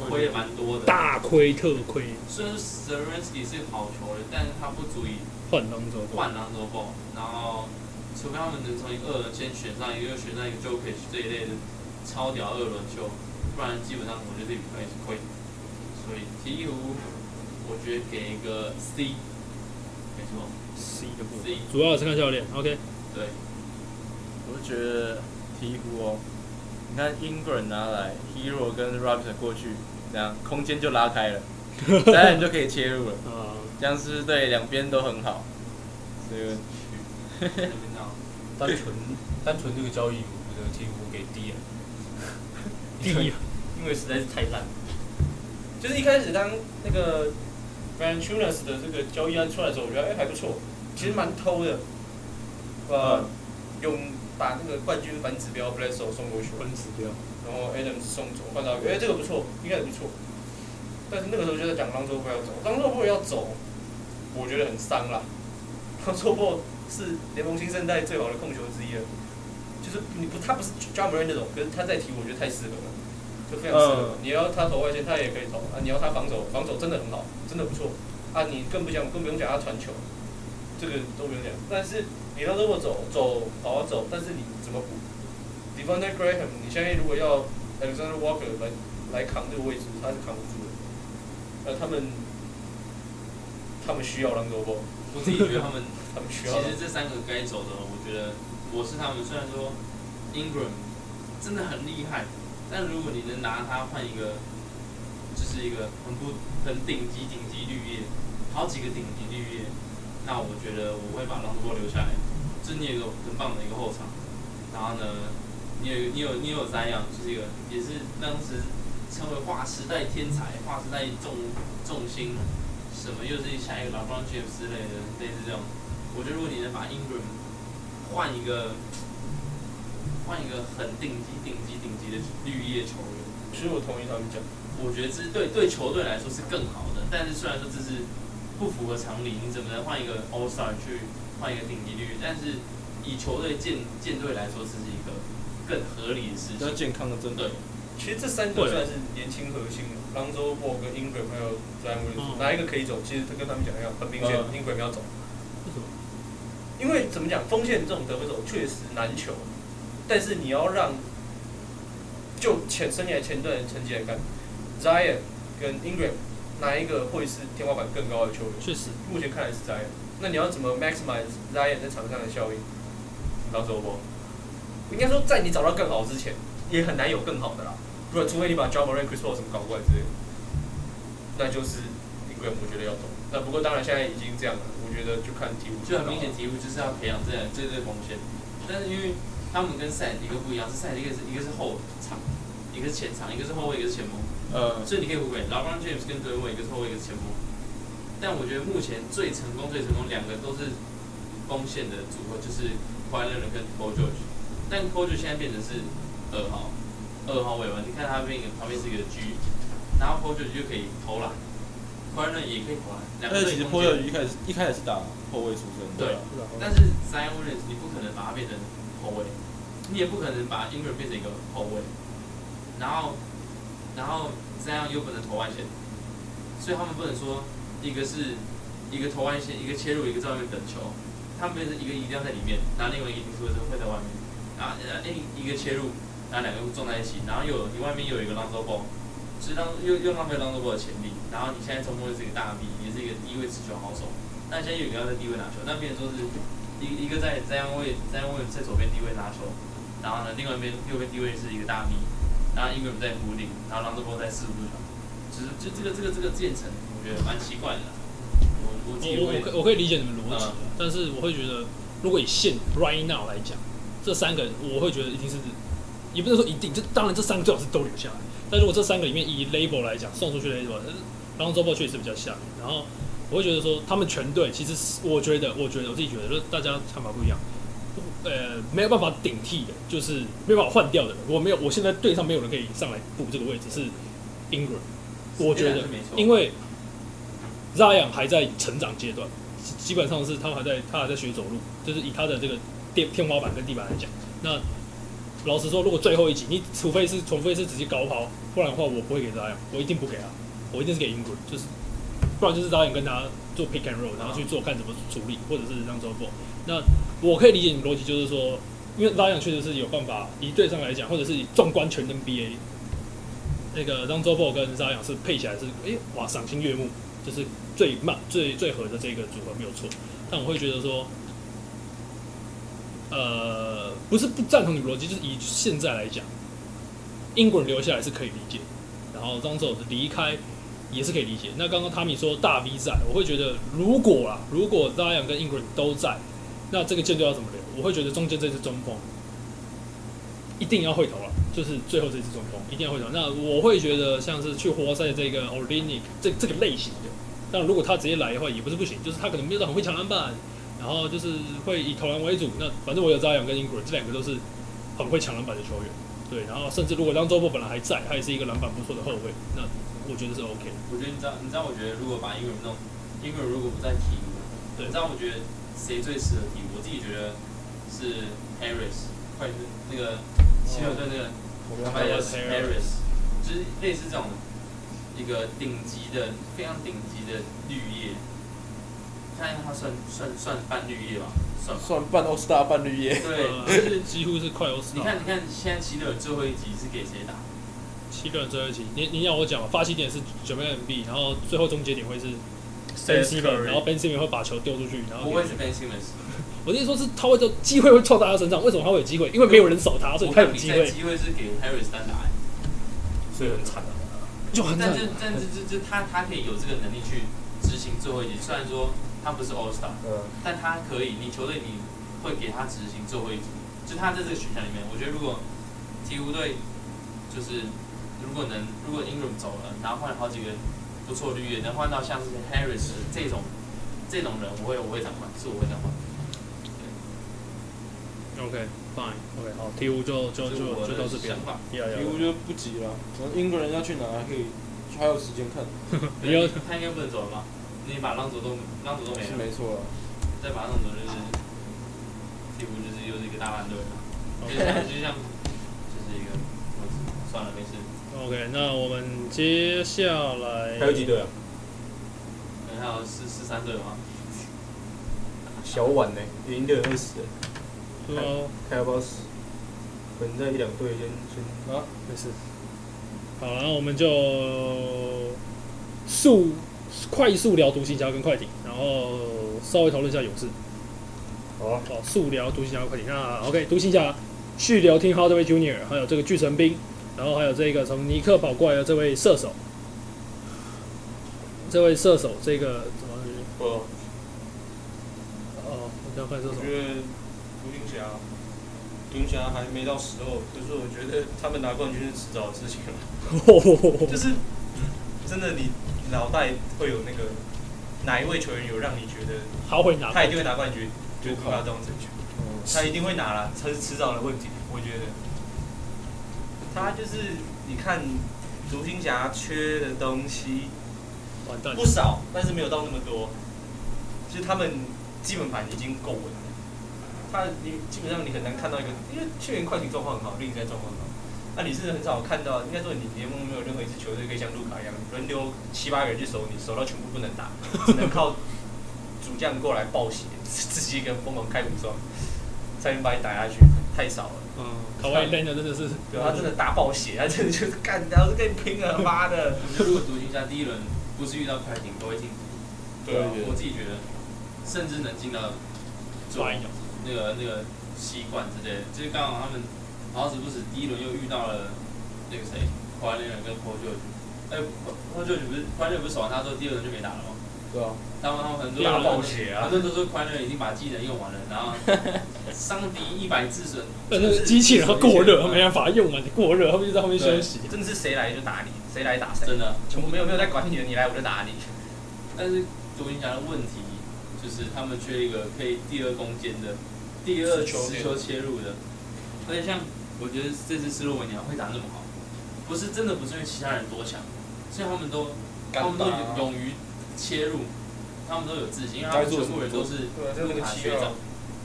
亏也蛮多的。
大亏特亏
虽然 z e r e n s k y 是个好球员，但是他不足以
换当周报，
换狼头报，然后除非他们能从一个二轮先选上一个，又选上一个 Jokic 这一类的超屌二轮秀，不然基本上我觉得这比赛是亏。所以鹈鹕，我觉得给一个 C，没错
C 的部分
，C，
主要是看教练。OK，
对，
我就觉得鹈鹕哦，你看 Ingram 拿来，Hero 跟 Robinson 过去，这样空间就拉开 了，当然就可以切入了，
啊，
这样是不是对两边都很好？所以
在那边闹。
单纯单纯这个交易，我觉得几乎给低了，
第一啊，
因为实在是太烂了。就是一开始当那个 v a n t u n a s 的这个交易案出来的时候，我觉得哎、还不错，其实蛮偷的，呃，用把那个冠军反指标 b l e s s o 送过去，
分指标，
然后 Adams 送走，换到哎、这个不错，应该也不错。但是那个时候就在讲朗佐波要走，朗佐波要走，我觉得很伤啦。朗佐波是联盟新生代最好的控球之一了，就是你不他不是 j a m a r a n 那种，可是他在提我觉得太适合了，就非常适合。你要他投外线，他也可以投啊；你要他防守，防守真的很好，真的不错啊。你更不讲，更不用讲他传球，这个都不用讲。但是你让这么走走好啊走，但是你怎么补？Devonta Graham，你现在如果要 Alexander Walker 来来扛这个位置，他是扛不住的。那他们他们需要 l a n d o
我自己觉得他们
他们需
其
要。
实这三个该走的，我觉得我是他们。虽然说 Ingram 真的很厉害，但如果你能拿他换一个，就是一个很不很顶级顶级绿叶，好几个顶级绿叶，那我觉得我会把朗多留下来。这你有一个很棒的一个后场，然后呢，你有你有你有三样，就是一个也是当时称为划时代天才、划时代重重心，什么又是下一个老 e b r 之类的，类似这种。我觉得如果你能把 Ingram 换一个换一个很顶级、顶级、顶级的绿叶球员，
其实我同意他们讲，
我觉得这对对球队来说是更好的。但是虽然说这是不符合常理，你怎么能换一个 All Star 去换一个顶级绿？但是以球队建建队来说，这是一个更合理的事
比较
情。
健康的阵容
对，，
其实这三个算是年轻核心了 l a n d o 跟 Ingram 还有 Zion
嗯
Williamson，、哪一个可以走？其实他跟他们讲一样，很明显、
嗯
Ingram 要走。
为什么？
因为怎么讲，锋线这种得分手确实难求，但是你要让就前生涯前段的成绩来看，Zion 跟 Ingram 哪一个会是天花板更高的球员？
确实，
目前看来是 Zion。那你要怎么 maximize Zion 在场上的效应？到时候不，应该说在你找到更好之前，也很难有更好的啦。不然，除非你把 John Moran、Chris Paul 什么搞过来之类的，那就是 Ingram 我觉得要走。那不过当然现在已经这样了，我觉得就看鹈鹕。
就很明显，鹈鹕就是要培养这两这对锋线，但是因为他们跟赛迪克不一样，是赛迪克是一个是后场，一个是前场，一个是后卫，一个是前锋，
呃，
所以你可以互换。然后 r o n James 跟 d w a y 一个是后卫，一个是前锋。但我觉得目前最成功、最成功两个都是锋线的组合，就是 q u i l e r 跟 Paul George。但 Paul George 现在变成是二号，二号位嘛，你看他边一个旁边是一个 G，然后 Paul George 就可以投篮 q u i l e r 也可以投篮，两
而
个队
且其实
中间
Porter 一开始一开始是打后卫出身的，
对但是 Zion Williams 你不可能把它变成后卫，你也不可能把 Ingram 变成一个后卫，然后然后 Zion 又不能投外线，所以他们不能说一个是一个投外线，一个切入，一个在外面等球，他们变成一个一定要在里面，然后另外一个一定是会在外面，啊呃诶一个切入，然后两个撞在一起，然后又有你外面又有一个 Lonzo Ball，所以浪又又浪费 Lonzo Ball 的潜力，然后你现在中锋又是一个大 B，也是一个低位持球好手。那现在有一个要在低位拿球，那变成说是一一个在在样位在样位在左边低位拿球，然后呢另外一边右边低位是一个大米，然后英格尔在弧顶，然后让这波在四五度球，就是就这个这个这个建成，我觉得蛮奇怪的啦。我我自己
我我我
会
可我可以理解你们逻辑
嗯，
但是我会觉得，如果以现 right now 来讲，这三个人我会觉得一定是也不是说一定，这当然这三个最好是都留下来。但如果这三个里面以 label 来讲，送出去的 label，呃然后周报确实是比较像。然后我会觉得说，他们全队其实是我觉得，我觉得我自己觉得，就是大家看法不一样。呃，没有办法顶替的，就是没有办法换掉的人。我没有，我现在队上没有人可以上来补这个位置，是 Ingram。我觉得
是没错，
因为 Zion 还在成长阶段，基基本上是他还在他还在学走路，就是以他的这个天天花板跟地板来讲，那老实说，如果最后一集你除非是除非是直接高抛，不然的话我不会给 Zion，我一定不给他，我一定是给 Ingram，就是不然就是 Zion 跟他做 pick and roll，然后去做看怎么处理，或者是让 z o b o 那我可以理解你们逻辑，就是说，因为 Zion 确实是有办法以对上来讲，或者是以纵观全 NBA 那个让 z o b o 跟沙扬是配起来是，诶，哇，赏心悦目，就是最慢最最合的这个组合没有错。但我会觉得说，呃，不是不赞同你的逻辑，就是以现在来讲，英国人留下来是可以理解，然后让 z o 离开也是可以理解。那刚刚汤米说大 V 在，我会觉得如果啦，如果 Zion 跟 Ingram 都在，那这个舰队要怎么留？我会觉得中间这支中锋一定要会投了，啊就是最后这支中锋一定要会投。那我会觉得像是去活塞的这个 o r d i n i c 这这个类型的，但如果他直接来的话也不是不行，就是他可能没有到很会抢篮板，然后就是会以投篮为主。那反正我有 Zion 跟 Ingram 这两个都是很会抢篮板的球员，对。然后甚至如果让周波本来还在，他也是一个篮板不错的后卫，那我觉得是 OK 的。
我觉得你知道，你知道，我觉得如果把英文弄，英文如果不在鹈鹕，
对
你知道我觉得谁最适合鹈鹕？我自己觉得是 Harris，快是那个七六队那个
我
他
们
们
还
叫
有
Harris，就是类似这种一个顶级的、非常顶级的绿叶。看他算算算半绿叶吧，算吧。
算半欧斯大半绿叶，
对，
呃
就是
几乎是快要死啊
你
了。
看，你看，现在骑的最后一集是给谁打？
七个人最后一起，你你要我讲吧，发起点是九妹 MB，然后最后终结点会是 Ben s i m o n 然后 Ben s i m o n 会把球丢出去，然后
不会是 Ben Simmons。
我的意思说是他会就机会会撞到他身上，为什么他会有机会？因为没有人守他，哦所以他有
我看比
机
赛
会，
机会是给 Harris 单打、欸。欸
所以很惨啊。
就哦很啊
但
惨
是。但是这这他他可以有这个能力去执行最后一集，虽然说他不是 All Star，
嗯，
但他可以，你球队你会给他执行最后一集，就他在这个选项里面，我觉得如果鹈鹕队就是如果能如果 Ingram 走了，然后换了好几个不错绿叶，能换到像是 Harris 这种这种人，我会我会想换，是我会想换。
OK fine OK 好，鹈鹕就就
这是
就
我
就到
的
这边
想。法。
呀呀
几乎就不急了。可能英国人要去哪还可以，还有时间看，
你要
他应该不能走了吧？你把浪走都浪走都没
是
了。
没错啊。
再把它弄走就是，鹈鹕就是又是一个大烂队了，就
OK
像就像就是一个，我算了没事，
OK，那我们接下来
还有几队啊？
可能还有四四三队吗？
小碗呢，已经六点二十了，
对啊，
看要不要死？可能在一两队先先
啊，没事。
好，然后我们就速快速聊独行侠跟快艇，然后稍微讨论一下勇士。
好啊。
哦，速聊独行侠快艇。那 OK，独行侠续聊听 Hardaway Junior，还有这个巨神兵，然后还有这个从尼克跑过来的这位射手，这位射手这个怎么
我
哦，我叫快射
啊我
手。
觉得独行侠，独行侠还没到时候，可是我觉得他们拿冠军是迟早的事情了。就是嗯真的，你脑袋会有那个哪一位球员有让你觉得
好会拿
他一定会拿冠军，就是杜拉这种正确，他一定会拿啦，他是迟早的问题，我觉得。他就是你看独行侠缺的东西
完蛋
不少，但是没有到那么多，就是他们基本盘已经够稳了。他你基本上你很难看到一个，因为去年快艇状况很好，另一赛状况很好，那、你是很少看到，应该说你联盟没有任何一支球队可以像卢卡一样轮流七八个人去守你，守到全部不能 打，只能靠主将过来暴血， 自己一个人疯狂开无双，才能把你打下去，太少了。
嗯，
啊
卡哇伊真的真的是
对，啊他真的打暴血，他真的就是干，他是跟你拼了，妈的！
如果独行侠第一轮不是遇到快艇，都会进，
对啊
我自己觉得，甚至能进到总
抓一脚。
那个那个西冠之类的，就是刚好他们好死不死第一轮又遇到了那个谁，怀内人跟破旧，哎，破旧不是怀内不是守完他之后第二轮就没打了吗？
对啊，
他们他们很多
打
人
暴血啊
很！多人都说快乐已经把技能用完了，然后伤敌一百自损。
但
就是
机器人它过热，它没
有。
办法用啊，你过热，它们就在后面休息。
真的是谁来就打你，谁来打谁，
真的，
我没有没有在管你的，你来我就打你。
但是独行侠的问题就是他们缺一个可以第二攻坚的、第二持球切入的，而且像我觉得这支斯洛文尼亚会打那么好，不是真的不是因为其他人多强，是因为他们都
啊
他们都有勇于切入，他们都有自信，因为他们全部人都是
对啊，像那
卢
个
卡
七
学长
号，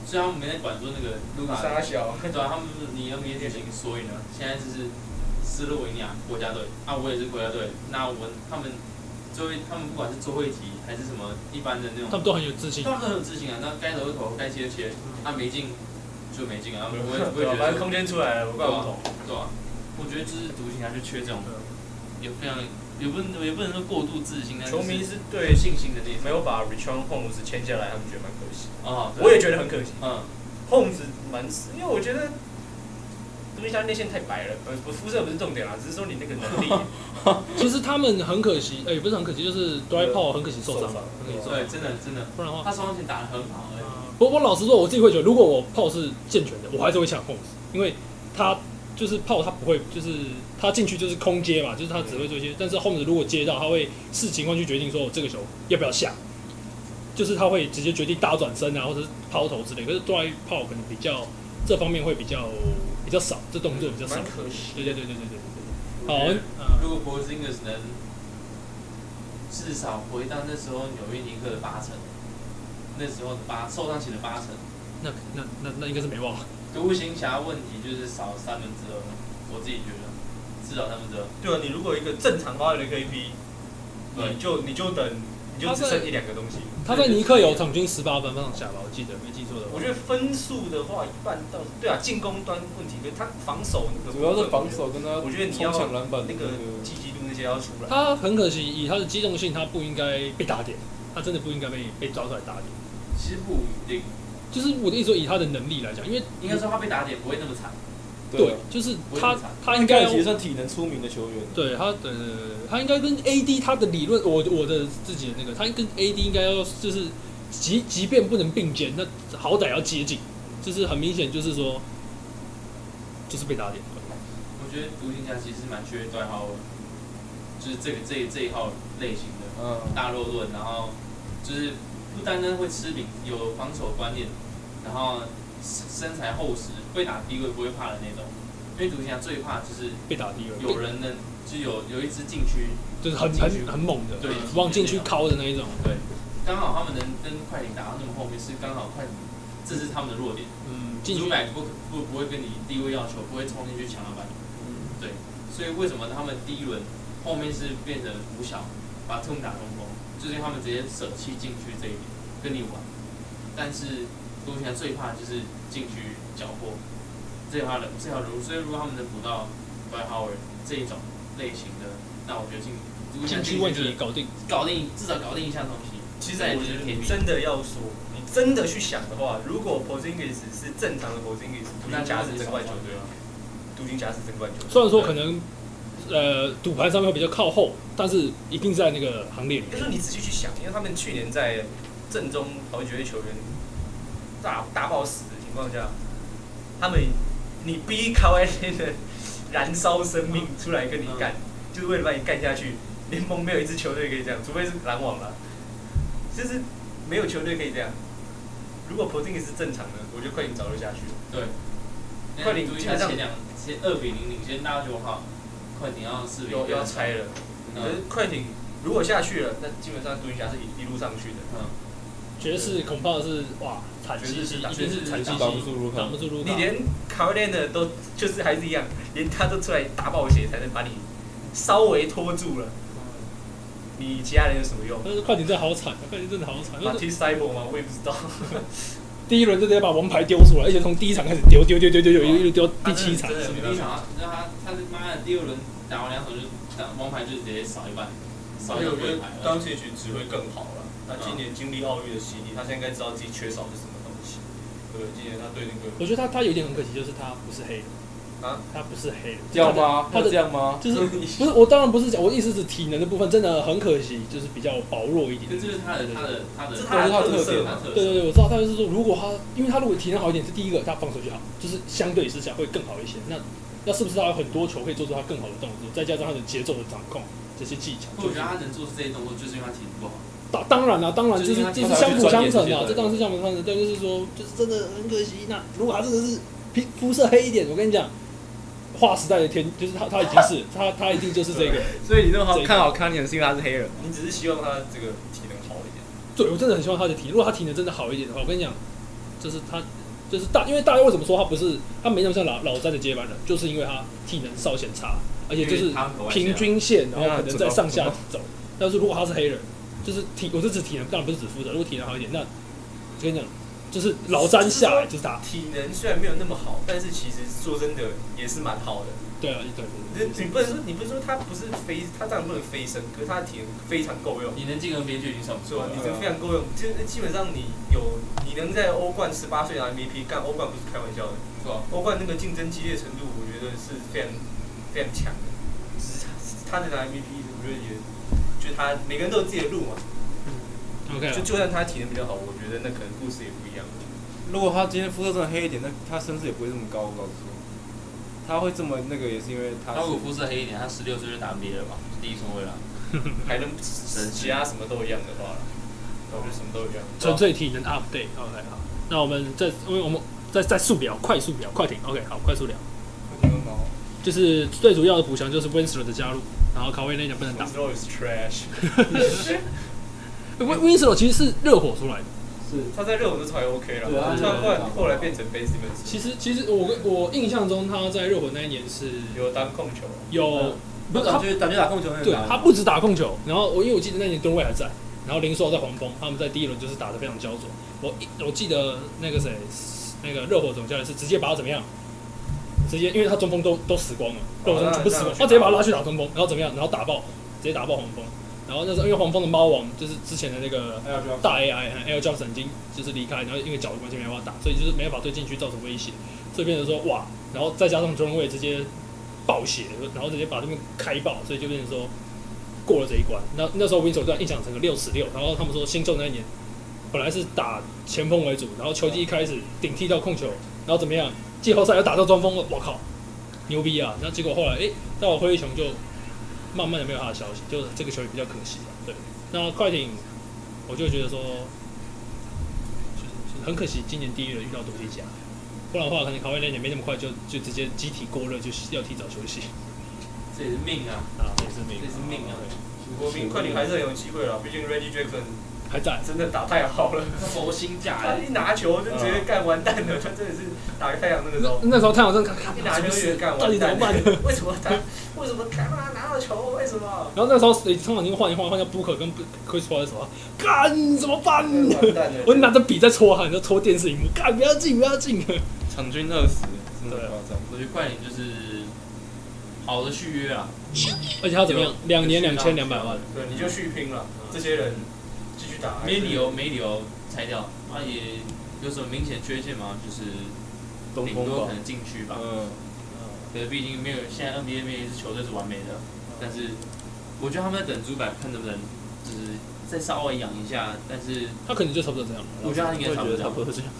所以他们没在管说那个卢卡
沙小，
对啊，他们就是你 NBA 就行，所以呢，现在就是斯洛维尼亚国家队，啊，我也是国家队，那我他们最后一他们不管是最后一题还是什么一般的那
他
种，
们都很有自信
他。们都很有自信啊，那该投就投，该切就切，他、啊没进就没进啊，我也不会
嗯对啊
觉，
反正
得说
空间出来了，我怪不懂。
对啊，我觉得就是独行侠就缺这种，也非常也不能也不能说过度自信，但是
球迷是对信心的地方，没有把 Return Holmes 签下来，他们觉得蛮可惜。
啊，对
我也觉得很可惜
嗯，
，Holmes 蛮死，因为我觉得独行侠内线太白了，呃，不肤色不是重点啦，只是说你那个能 力
其实他们很可惜，哎，也不是很可惜，就是 Dry Paul 很可惜受
受
伤了，
伤了。
很可惜受伤。
对，真的真的，
不然的话，
他双前打得很好哎、
不过老实说，我自己会觉得，如果我炮是健全的，我还是会抢 h o 因为他就是炮，他不会就是他进去就是空接嘛，就是他只会做一
嗯
些。但是 h o 如果接到，他会视情况去决定说我这个球要不要下，就是他会直接决定大转身啊，或者是抛投之类。可是 dry 炮可能比较这方面会比较比较少，这动作比较少
蛮。可惜。
对对对对对对对。
我
好
觉得，
嗯
如果博斯 i n g 能至少回到那时候纽约尼克的八成，那时候的八受伤前的八成，
那那那那应该是没忘了。
独行侠问题就是少三分之二，我自己觉得至少三分之二。
对啊，你如果一个正常发挥的 KP，
对
你就你就等，你就只剩一两个东西。
他在尼克有场均十八分上下吧，我记得没记错的话。
我觉得分数的话，一半到对啊，进攻端问题，跟他防守那个
主要是
部分
防守跟他
我觉得你
冲
要
抢篮板
那
那
个
个
积极度那些要出来。
他很可惜，以他的机动性，他不应该被打点，他真的不应该被被抓出来打点。
其实不一定，
就是我的意思说，以他的能力来讲，因为
应该说他被打点不会那么惨。啊
对，就是
我也
他
不惨
他
他
应
啊应
该
该
要
其实算体能出名的球员，
对他的他应该跟 AD 他的理论，我我的自己的那个，他跟 AD 应该要就是即即便不能并肩，那好歹要接近，就是很明显就是说就是被打点。
我觉得独行侠其实蛮缺段号，就是这个这一这一号类型的。
嗯，
大肉盾，然后就是不单单会吃饼，有防守观念，然后身材厚实，会打低位不会怕的那种。因为独行侠最怕就是
被打低了，
有人能就有有一支禁区，
就是很很很猛的，
对啊
往进去敲的那一种，
对，刚好他们能跟快艇打到那么后面，是刚好快艇，这是他们的弱点。
嗯，进
主
去
摆不可不不会跟你低位要求，不会冲进去抢篮板。对，所以为什么他们第一轮后面是变成五小，把特姆打中锋，就是因为他们直接舍弃禁区这一点跟你玩。但是独行侠最怕的就是禁区缴获这条人这条路，所以如果他们能补到 b r h o w a r d 这一种类型的，那我觉得进独行侠
进去问
就
题
是
搞定。
搞定至少搞定一项东西。
其实
再
我
就
觉
是
得
铁
你
壁，
真的要说，你真的去想的话，如果 Porzingis 是正常的 Porzingis，独
那
行
家
侠
是
是
什
争
么
冠球队，
啊？
独行侠是争冠球队。
虽然说可能呃赌盘上面会比较靠后，但是一定在那个行列里
应该
面。
说你仔细去想，因为他们去年在正中好几位球员大大爆死的情况下，他们你逼卡外那的燃烧生命出来跟你干，就是为了把你干下去。联盟没有一支球队可以这样，除非是篮网了，就是没有球队可以这样。如果 p o z i n g 是正常的，我觉得快艇早就下去了。
对，
快艇
独行
加
侠
上
前两前二比零领先大家九号，快艇要四比
有
零
要拆了，可是
嗯
快艇如果下去了，那基本上独行侠是一一路上去的。
嗯，
爵士恐怕是哇惨兮
爵士
兮，
是打
一定是惨兮
打
兮，
不住卢卡
挡，不住卢卡
你。连卡威廉的都就是还是一样，连他都出来大暴血才能把你稍微拖住了，你其他人有什么用
但是快艇真的好惨，啊快艇真的好惨。就是
？Marty Cyber 吗？我也不知道。
第一轮就直接把王牌丢出来，而且从第一场开始丢丢丢丢丢，一路丢到第七场
他。真的
什
没办
么第一
法
场啊，你知道他他他妈的第二轮打完两场就打王牌就直接少一半，少
所以
一个
我觉
鬼
得
牌了。
钢铁曲只会更好了。那今年经历奥运的洗礼，他现在应该知道自己缺少是什么东西。对，今年他对那个
我觉得他他有一点很可惜，就是他不是黑人，
啊，
他不是黑的，
要吗？
他
要
的
这样吗？
就是不是我当然不是讲，我意思是体能的部分真的很可惜，就是比较薄弱一点
可。是这就是他的他的他
这
的，
是
他的特色
色
嘛
嘛？
对对对，我知道，但是说如果他，因为他如果体能好一点，是第一个他防守就好，就是相对之下会更好一些。那那是不是他有很多球可以做出他更好的动作，再加上他的节奏的掌控这些技巧？
我
就
觉得他能做出这些动作，就是因为他体能不好。
当当然啦、当然就是这是相辅相成
就是
啊，这
他
当然是相辅相成。但就是说，就是真的很可惜。那如果他真的是皮肤色黑一点，我跟你讲，划时代的天，就是他他已经是他他一定就是这个。
所以你那么好
这个
看好康尼尔是因为他是黑人，
你只是希望他这个体能好一点。
对我真的很希望他的体，如果他体能真的好一点的话，我跟你讲，就是他就是大，因为大家为什么说他不是他没那么像老老詹的接班人，就是因为他体能稍显差，而且就是
因为他很啊
平均线，然后可能在上下走。但是如果他是黑人，就是体，我是指体能，当然不是指肤色。如果体能好一点，那我跟你讲，就是老詹下来就是他。
体能虽然没有那么好，但是其实说真的也是蛮好的。
对啊，对
你
对对。
你不能说你不是说他不是飞，他当然不能飞升，可是他的体能非常够用。
你能进 NBA 就已经算不
是吧
错？
你
了。
这非常够用，就是基本上你有你能在欧冠十八岁拿 MVP，干欧冠不是开玩笑的，
是吧？
欧冠那个竞争激烈程度，我觉得是非常非常强的。是他能拿 MVP，我觉得也就是他每个人都有自己的路嘛。
OK 啊
就就算他体能比较好，我觉得那可能故事也不一样。
如果他今天肤色真的黑一点，那他身世也不会这么高。我告诉你，他会这么那个也是因为他
他如果肤色黑一点，他十六岁就打 NBA 了吧？第一顺位了。
还能其啊他什么都一样的话，我觉得什么都一样。
纯粹体能 update。OK，好，那我们再，因为我们再再速聊，快速聊，快艇。OK，好，快速聊。
啊
就是最主要的补强就是 Winslow 的加入，然后卡威内也不能打。
Winslow is trash，
Win Winslow 呃其实是热火出来的。
他在热火的时候还 OK 了，
对啊
他后来后来变成 Ben Simmons，
其实其实我我印象中他在热火那一年是
有当控球。啊
有不是
感
他
觉感觉打控球很
对
难。
他不止打控球，然后我因为我记得那年吨位还在，然后林书豪在黄蜂，他们在第一轮就是打得非常焦灼。我一我记得那个谁，那个热火总教练是直接把他怎么样？直接因为他中锋都都死光了，热火中锋全部死光，他直接把他拉去打中锋，然后怎么样？然后打爆，直接打爆黄蜂。然后那时候因为黄蜂的猫王就是之前的那个
还有就要
大 AI 和 L j o b 已经就是离开，然后因为脚的关系没办法打，所以就是没办法对禁区造成威胁，所以变成说哇，然后再加上 j o r d 直接爆血，然后直接把这边开爆，所以就变成说过了这一关。那那时候 Winslow 段印象成个六十六，然后他们说新秀那一年本来是打前锋为主，然后球季一开始顶替到控球，然后怎么样，季后赛又打到中锋了，我靠，牛逼啊！那结果后来诶，到了灰熊就慢慢的没有他的消息，就是这个球员比较可惜啊。对，那快艇我就觉得说，就是很可惜，今年第一轮遇到独行侠，不然的话可能卡威连也没那么快就就直接集体过热，就要提早休息
这也是命啊，
啊，这也是命
这也是命啊！
国民快艇还是很有机会了，毕竟 Reggie Jackson
还在。
真的打太好了，
佛心价
他
哎，
一拿球就直接干完蛋了，他真的是打开太阳那个时
那
候。
那时候太阳真的看
一
看
拿球就觉得干
嗯到底
完
怎么
蛋
办
了
呢？，
为什么他为什么干嘛拿到球？为什么？
然后那时候哎谁通常就换一换，换掉 Booker 跟 Chris Paul 的时候，干怎么办？
完蛋了！
嗯我拿着笔在戳他，你就戳电视荧幕，干不要进不要进。
场均二十，真
对
的
啊
夸张。
我觉得快点就是好的续约啊，
而且他怎么样？两年
有
两千两百万，
对，你就续拼了，这些人继续打。
没理由没理由拆掉，那也有什么明显缺陷吗？就是
东
顶
风
多
吧
可，能禁区吧，
嗯，
可是毕竟没有现在 NBA 没有一支球队是完美的，但是我觉得他们在等主板看能不能就是再稍微养一下，但是
他可能就差不多这样。
我觉得他应该差不
我
多
也觉得差不多这样。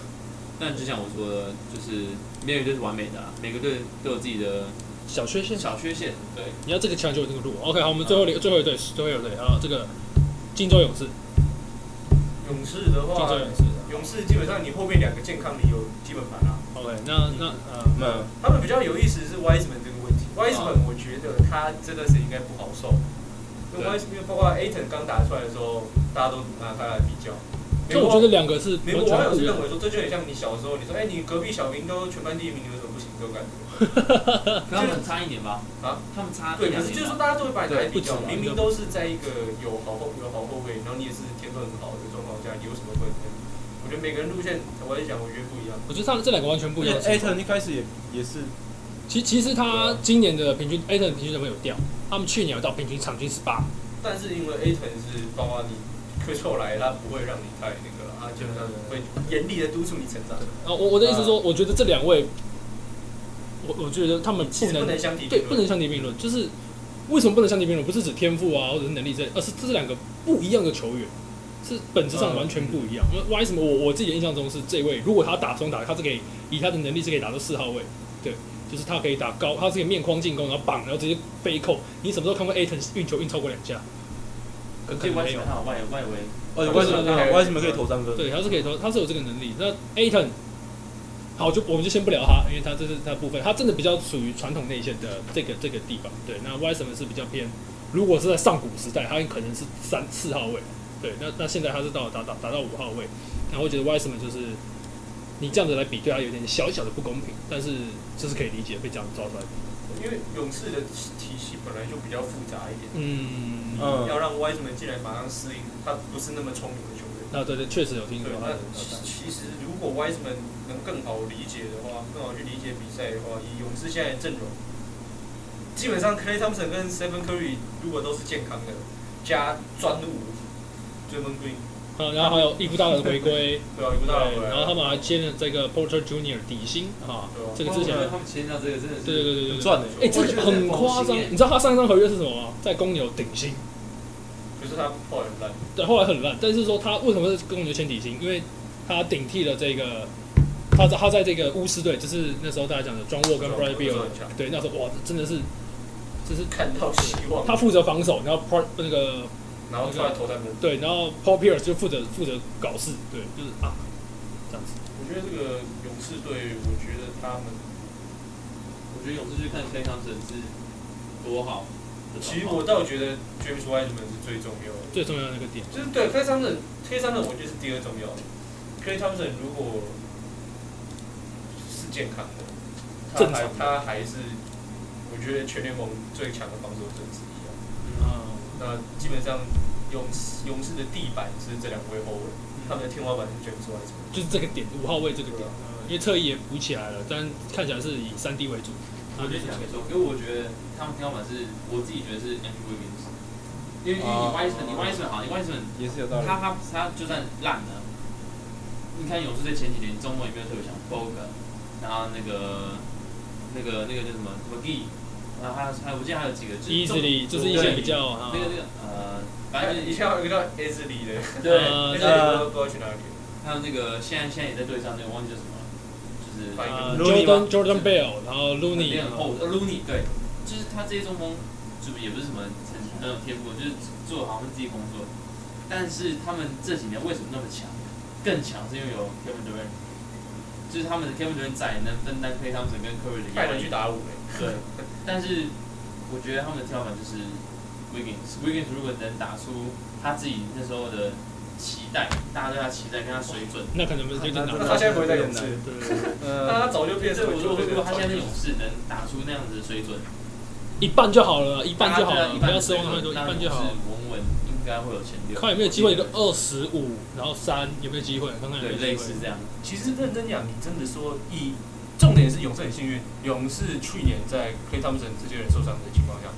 但就像我说的，就是没有一队是完美的、啊，每个队都有自己的
小缺陷，
小缺陷。对，
你要这个强就有这个路。OK，好，我们最后一个最后一队，最后一队啊，这个金州勇士，
勇士的
金
话
州，勇士。
勇士基本上你后面两个健康理由基本盘啊。
OK，那那呃，
那
他们比较有意思是 Wiseman 这个问题。Wiseman 我觉得他真的是应该不好受，因为 Wiseman 包括 Aton 刚打出来的时候，大家都拿他来比较。
就我觉得两个是
美
完
国
全不
网友是
一样
认。为说，这就很像你小时候，你说，哎、你隔壁小明都全班第一名，你为什么不行？这种感觉。
可他们差一年吧？
啊，
他们差
对，
一
可
两
是就是
年
说，
吧。
大家都会把你拿来比
对
较，
不止啊
明明都是在一个有好后有好后卫，然后你也是天分很好的状况下，你有什么会？我觉得每个人路线，我在讲，我觉得不一样。
我觉得他们这两个完全不
而
一样
且
的情况。
Aton 一开始也也是
其其实他今年的平均 A 的平均得分有掉，他们去年有到平均场均十八，
但是因为 Aton 是包括你科臭来，他不会让你太那个了，他
呃
基本上会严厉的督促你成长。
啊，我我的意思说，我觉得这两位我我觉得他们不
其实不
能
能相提
对
并
不
论。
能相提并论，就是为什么不能相提并论？不是指天赋啊，或者是能力这，而是这是两个不一样的球员，是本质上完全不一样。为、为什么我我自己的印象中是这位，如果他打中打，他是可以以他的能力是可以打到四号位，对，就是他可以打高，他是可以面框进攻，然后绑，然后直接飞扣。你什么时候看过 Aton 运球运超过两下？可
可以
能
外
没
球
有。
还有外外围，
而且为什么
对对对
为什么可以投三分？
对，他是可以投，他是有这个能力。那 Aton，好，就我们就先不聊他，因为他这是他的部分，他真的比较属于传统内线的这个这个地方。对，那 Y 什么是比较偏，如果是在上古时代，他可能是三四号位。对，那那现在他是到达打打到五号位，那我觉得 Y 什么就是你这样子来比，对他有点小小的不公平，但是这是可以理解被这样抓出来。
因为勇士的体系本来就比较复杂一点，
嗯，
嗯
要让 w i s e m 进来马上适应，他不是那么聪明的球员。
那啊对对，确实有听说
对，
他
那
的
其其实如果 Wiseman 能更好理解的话，更好去理解比赛的话，以勇士现在的阵容，基本上 Clay Thompson 跟 Stephen Curry 如果都是健康的，加专武 d r a m o n Green，
啊，然后还有伊夫大的回归。
对啊，一不大
对，然后他们还签了这个 Porter Junior 底薪啊
对啊，
这个之前
我觉得他们签到这个真的是
对对对对对，
赚的。
哎，这个很夸张，你知道他上一张合约是什么吗？在公牛顶薪，
可是他爆很烂，
对，后来很烂，但是说他为什么是公牛签底薪？因为他顶替了这个。他在他在这个巫师队，就是那时候大家讲的庄沃跟 Brian b i l l
很强，
对，那时候哇，真的是，就是
看到希望，
他负责防守，然后 Pro 那个
然后出来投三分。
对，然后 Paul Pierce 就负责负责搞事，对，就是啊，这样子。
我觉得这个勇士队，我觉得他们
我觉得勇士去看 Clay Thompson 是多好。
其实我倒觉得 James Wiseman 是最重要的。
最重要的那个点，
就是对 Clay Thompson Clay Thompson 我觉得是第二重要的。Clay Thompson 如果是健康的，他
正
还
常的
他还是我觉得全联盟最强的防守者之一
嗯，
啊。那基本上勇士勇士的地板是这两位后卫，他们的天花板是 James Wiseman。
就是这个点，五号位这个点，呃因为侧翼也补起来了，但看起来是以三 D 为主。
我就想说，因为我觉得他们天花板是我自己觉得是 Andrew Wiggins，因为因为你
哦
Wiseman 你 Wiseman 好，你 Wiseman
也是有道理。
他他他就算烂了，你看勇士队前几年中锋有没有特别强 b o g 然后那个那个那个叫什么 McGee，然后还有还有我记得还有几个就是
一直里就是一
对
些比较啊
那，个那个呃，反正就是
以前有一个叫 a z l e y 的，
对，
呃
a z
那
l e y 不知道去哪里了。
还有那个现在现在也在队上那个忘记叫什么了，就是
反
呃
Looney
Jordan
吗
Jordan Bell，然后 Looney，
很厚的哦 Looney 对，就是他这些中锋是不是也不是什么很很有天赋，就是做好他们自己工作。但是他们这几年为什么那么强？更强是因为有 Kevin Durant，就是他们的 Kevin Durant 在能分担 Clay Thompson 跟 Curry 的
派
压
人
力
去。打五
对，但是我觉得他们的跳板就是 Wiggins，Wiggins 如果能打出他自己那时候的期待，大家对他期待跟他水准，
那可能不是最近拿
那
到
他。现在不会在勇士，
对
那
呃，
他早就变
这
成
我说如果他现在
在
勇士能打出那样子的水准，
一半就好了，一
大
半
家
就好了，
一
不
半
要
的
奢
水
望太多，一
准那
半就好
勇士。稳稳应该会有前六。
看有没有机会，一个二十五，然后三，有没有机会？看看有没
对，
有
类
机
似
会。
这样。
其实认真讲，你真的说以重点是勇士很幸运，勇士去年在 Clay Thompson 这些人受伤的情况下，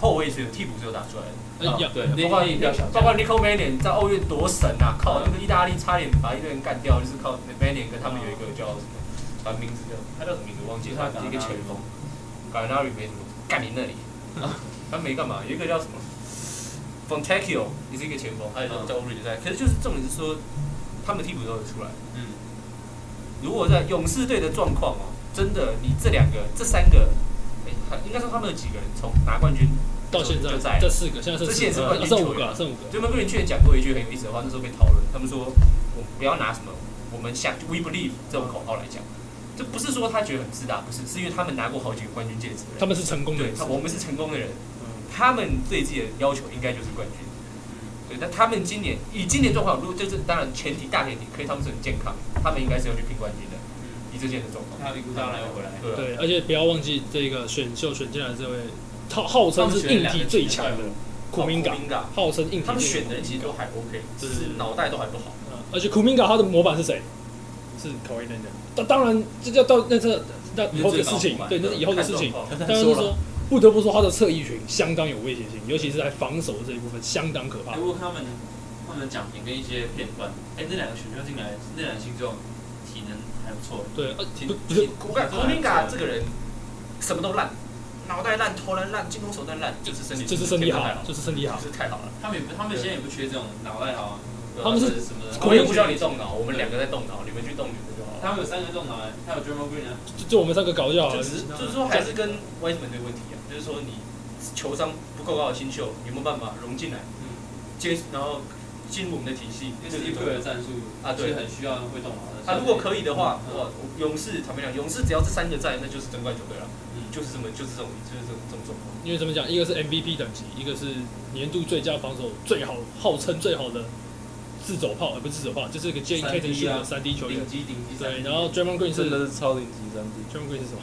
后卫是有替补是有打出来的，啊
哎呀，
对，
包括你
不要想
包括 Nico Mannion 在欧运多神啊！靠，那个意大利差点把一堆人干掉，就是靠 Mannion 跟他们有一个叫什么，把名字叫他叫什么名字忘记了，他一个前锋 g a r n a r i 没什么，干你那里，他没干嘛，有一个叫什么 Fontecchio 也是一个前锋，还有叫欧运决赛，可是就是重点是说他们替补都有出来。
嗯，
如果在勇士队的状况哦，真的，你这两个、这三个，哎、应该说他们有几个人从拿冠军
到现
就
在
在
这四个，现在剩
这些也
四
是
个，
冠
啊
军
剩
球
五
员
个，剩五个。
就 McGreen 去年讲过一句很有意思的话，那时候被讨论，他们说我们不要拿什么我们想 we believe 这种口号来讲，这不是说他觉得很自大，不是，是因为他们拿过好几个冠军戒指的人，
他们是成功的嗯
对，他我们是成功的人，他们对自己的要求应该就是冠军。对，但他们今年以今年状况，如果就是当然前提大前提，可以他们是很健康，他们应该是要去拼冠军的。
嗯
以这些的状况，
还有尼古达拉又回来，
对啊
对，而且不要忘记这个选秀选进来这位，号号称是硬体最强的库
哦
明嘎，号称硬体
啊他们
最强
选的人其实都还 OK，只
对
是脑袋都还不好。
嗯而且库明嘎他的模板是谁？是 k a w h i Leonard。当当然，这叫到那这那以后的事情，对，那是以后的事情。
啊
当
看状况
然是说，不得不说他的侧翼群相当有威胁性，尤其是在防守这一部分相当可怕
哎，。我看他们他们的奖品跟一些片段，哎，那两个选秀进来，那两个新秀体能还不错，
对，呃，
挺
不不是
我看 k u m i n g a 这个人，
什么都烂，脑袋烂，投篮烂，进攻手段烂，
就是身体，
就是身体
天赋太
好，就是身体好
就。是太好了。
他们也不，他们现在也不缺这种脑袋好啊，
他们是
或者什么的？
他
我
们
们不需要你动脑，我们两个在动脑，你们去动你们就好了。
他们有三个这种脑袋，还有 Draymond Green 啊，
就就我们三个搞就好
就
了。
只是就是说还是跟 Wiseman 的问题啊，就是说你球商不够高的新秀，你有没有办法融进来，接然后进入我们的体系？
因为
这
斯蒂
是
普
对
的战术
啊对
是很需要会动脑的。
啊，如果可以的话，
嗯
哇，勇士坦白讲，勇士只要这三个在，那就是争冠球队了
嗯，
就是这么就是这种就是这种这种状况。
因为怎么讲，一个是 MVP 等级，一个是年度最佳防守最好，号称最好的自走炮，而呃不是自走炮，就是一个 J K 的
3D 啊
的三 D 球员
顶。级顶级战
对，然后 Draymond Green 是
真
Draymond
的是超顶级三 D。
Green 是什么？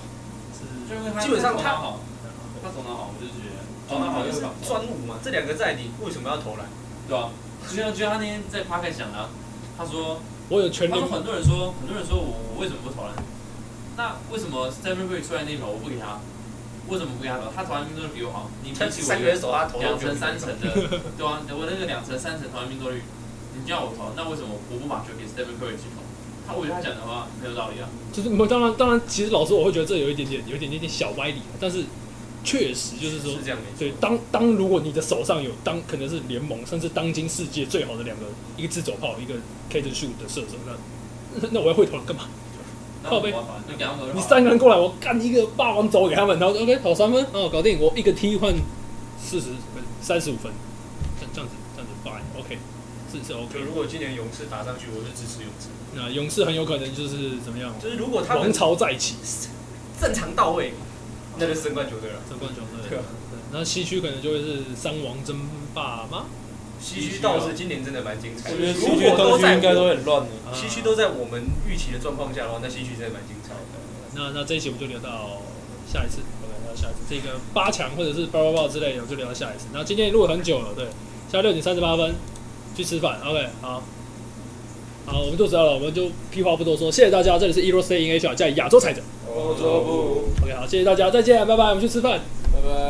就因为他
基本上他
头脑好，他头脑好，我就觉得头脑好
哦就
又
是
好，
专武嘛，这两个在你为什么要投篮？
对吧？就像就像他那天在 p a 讲的
嗯
啊，他说。
我有全
他
联
们很多人说，很多人说我我为什么不投篮？那为什么 Stephen Curry 出来那一秒我不给他？为什么不给他投？他投篮命中率比我好，你比
他
起
三
我
个人手他投
两成三成的，对啊，我那个两成三成投篮命中率，你叫我投，那为什么我不把球给 Stephen Curry 去投？他我觉得他讲的话很有道理啊。
就是没有当然当然，其实老师我会觉得这有一点点有一点点点小歪理，啊但是确实就是说
是，这样没错
对，当当如果你的手上有当可能是联盟甚至当今世界最好的两个，一个自走炮，一个 K 的 shoot 的射手，那那我要会投篮干嘛？
那
靠背
我把你给他们投就好了
你三个人过来，我干一个霸王走给他们，然后 OK 跑三分，哦搞定，我一个 T 换四十分三十五分，这样这样子这样子 fine OK 是是 OK
对，。如果今年勇士打上去，我就支持勇士。
那勇士很有可能就是怎么样，
就是如果他
王
们
朝再起，
正常到位，那就是争冠球队了。
争冠球队
对啊。
那西区可能就会是三王争霸吗？
西区倒是今年真的蛮精彩的，
我觉得
如
西区
果
东
都
区
在
应该都
我
很乱的。
西区都在我们预期的状况下的话，那西区真的蛮精彩的。
那那这一期我们就留到下一次，OK，那下一次这个八强或者是八八八之类的，我们就留到下一次。那今天录了很久了，对，现在六点三十八分，去吃饭，OK，好。好，我们肚子饿了，我们就屁话不多说，谢谢大家，这里是 Euro Stay in Asia，在亚洲踩着
欧洲部，
，OK，好，谢谢大家，再见，拜拜，我们去吃饭。
拜拜。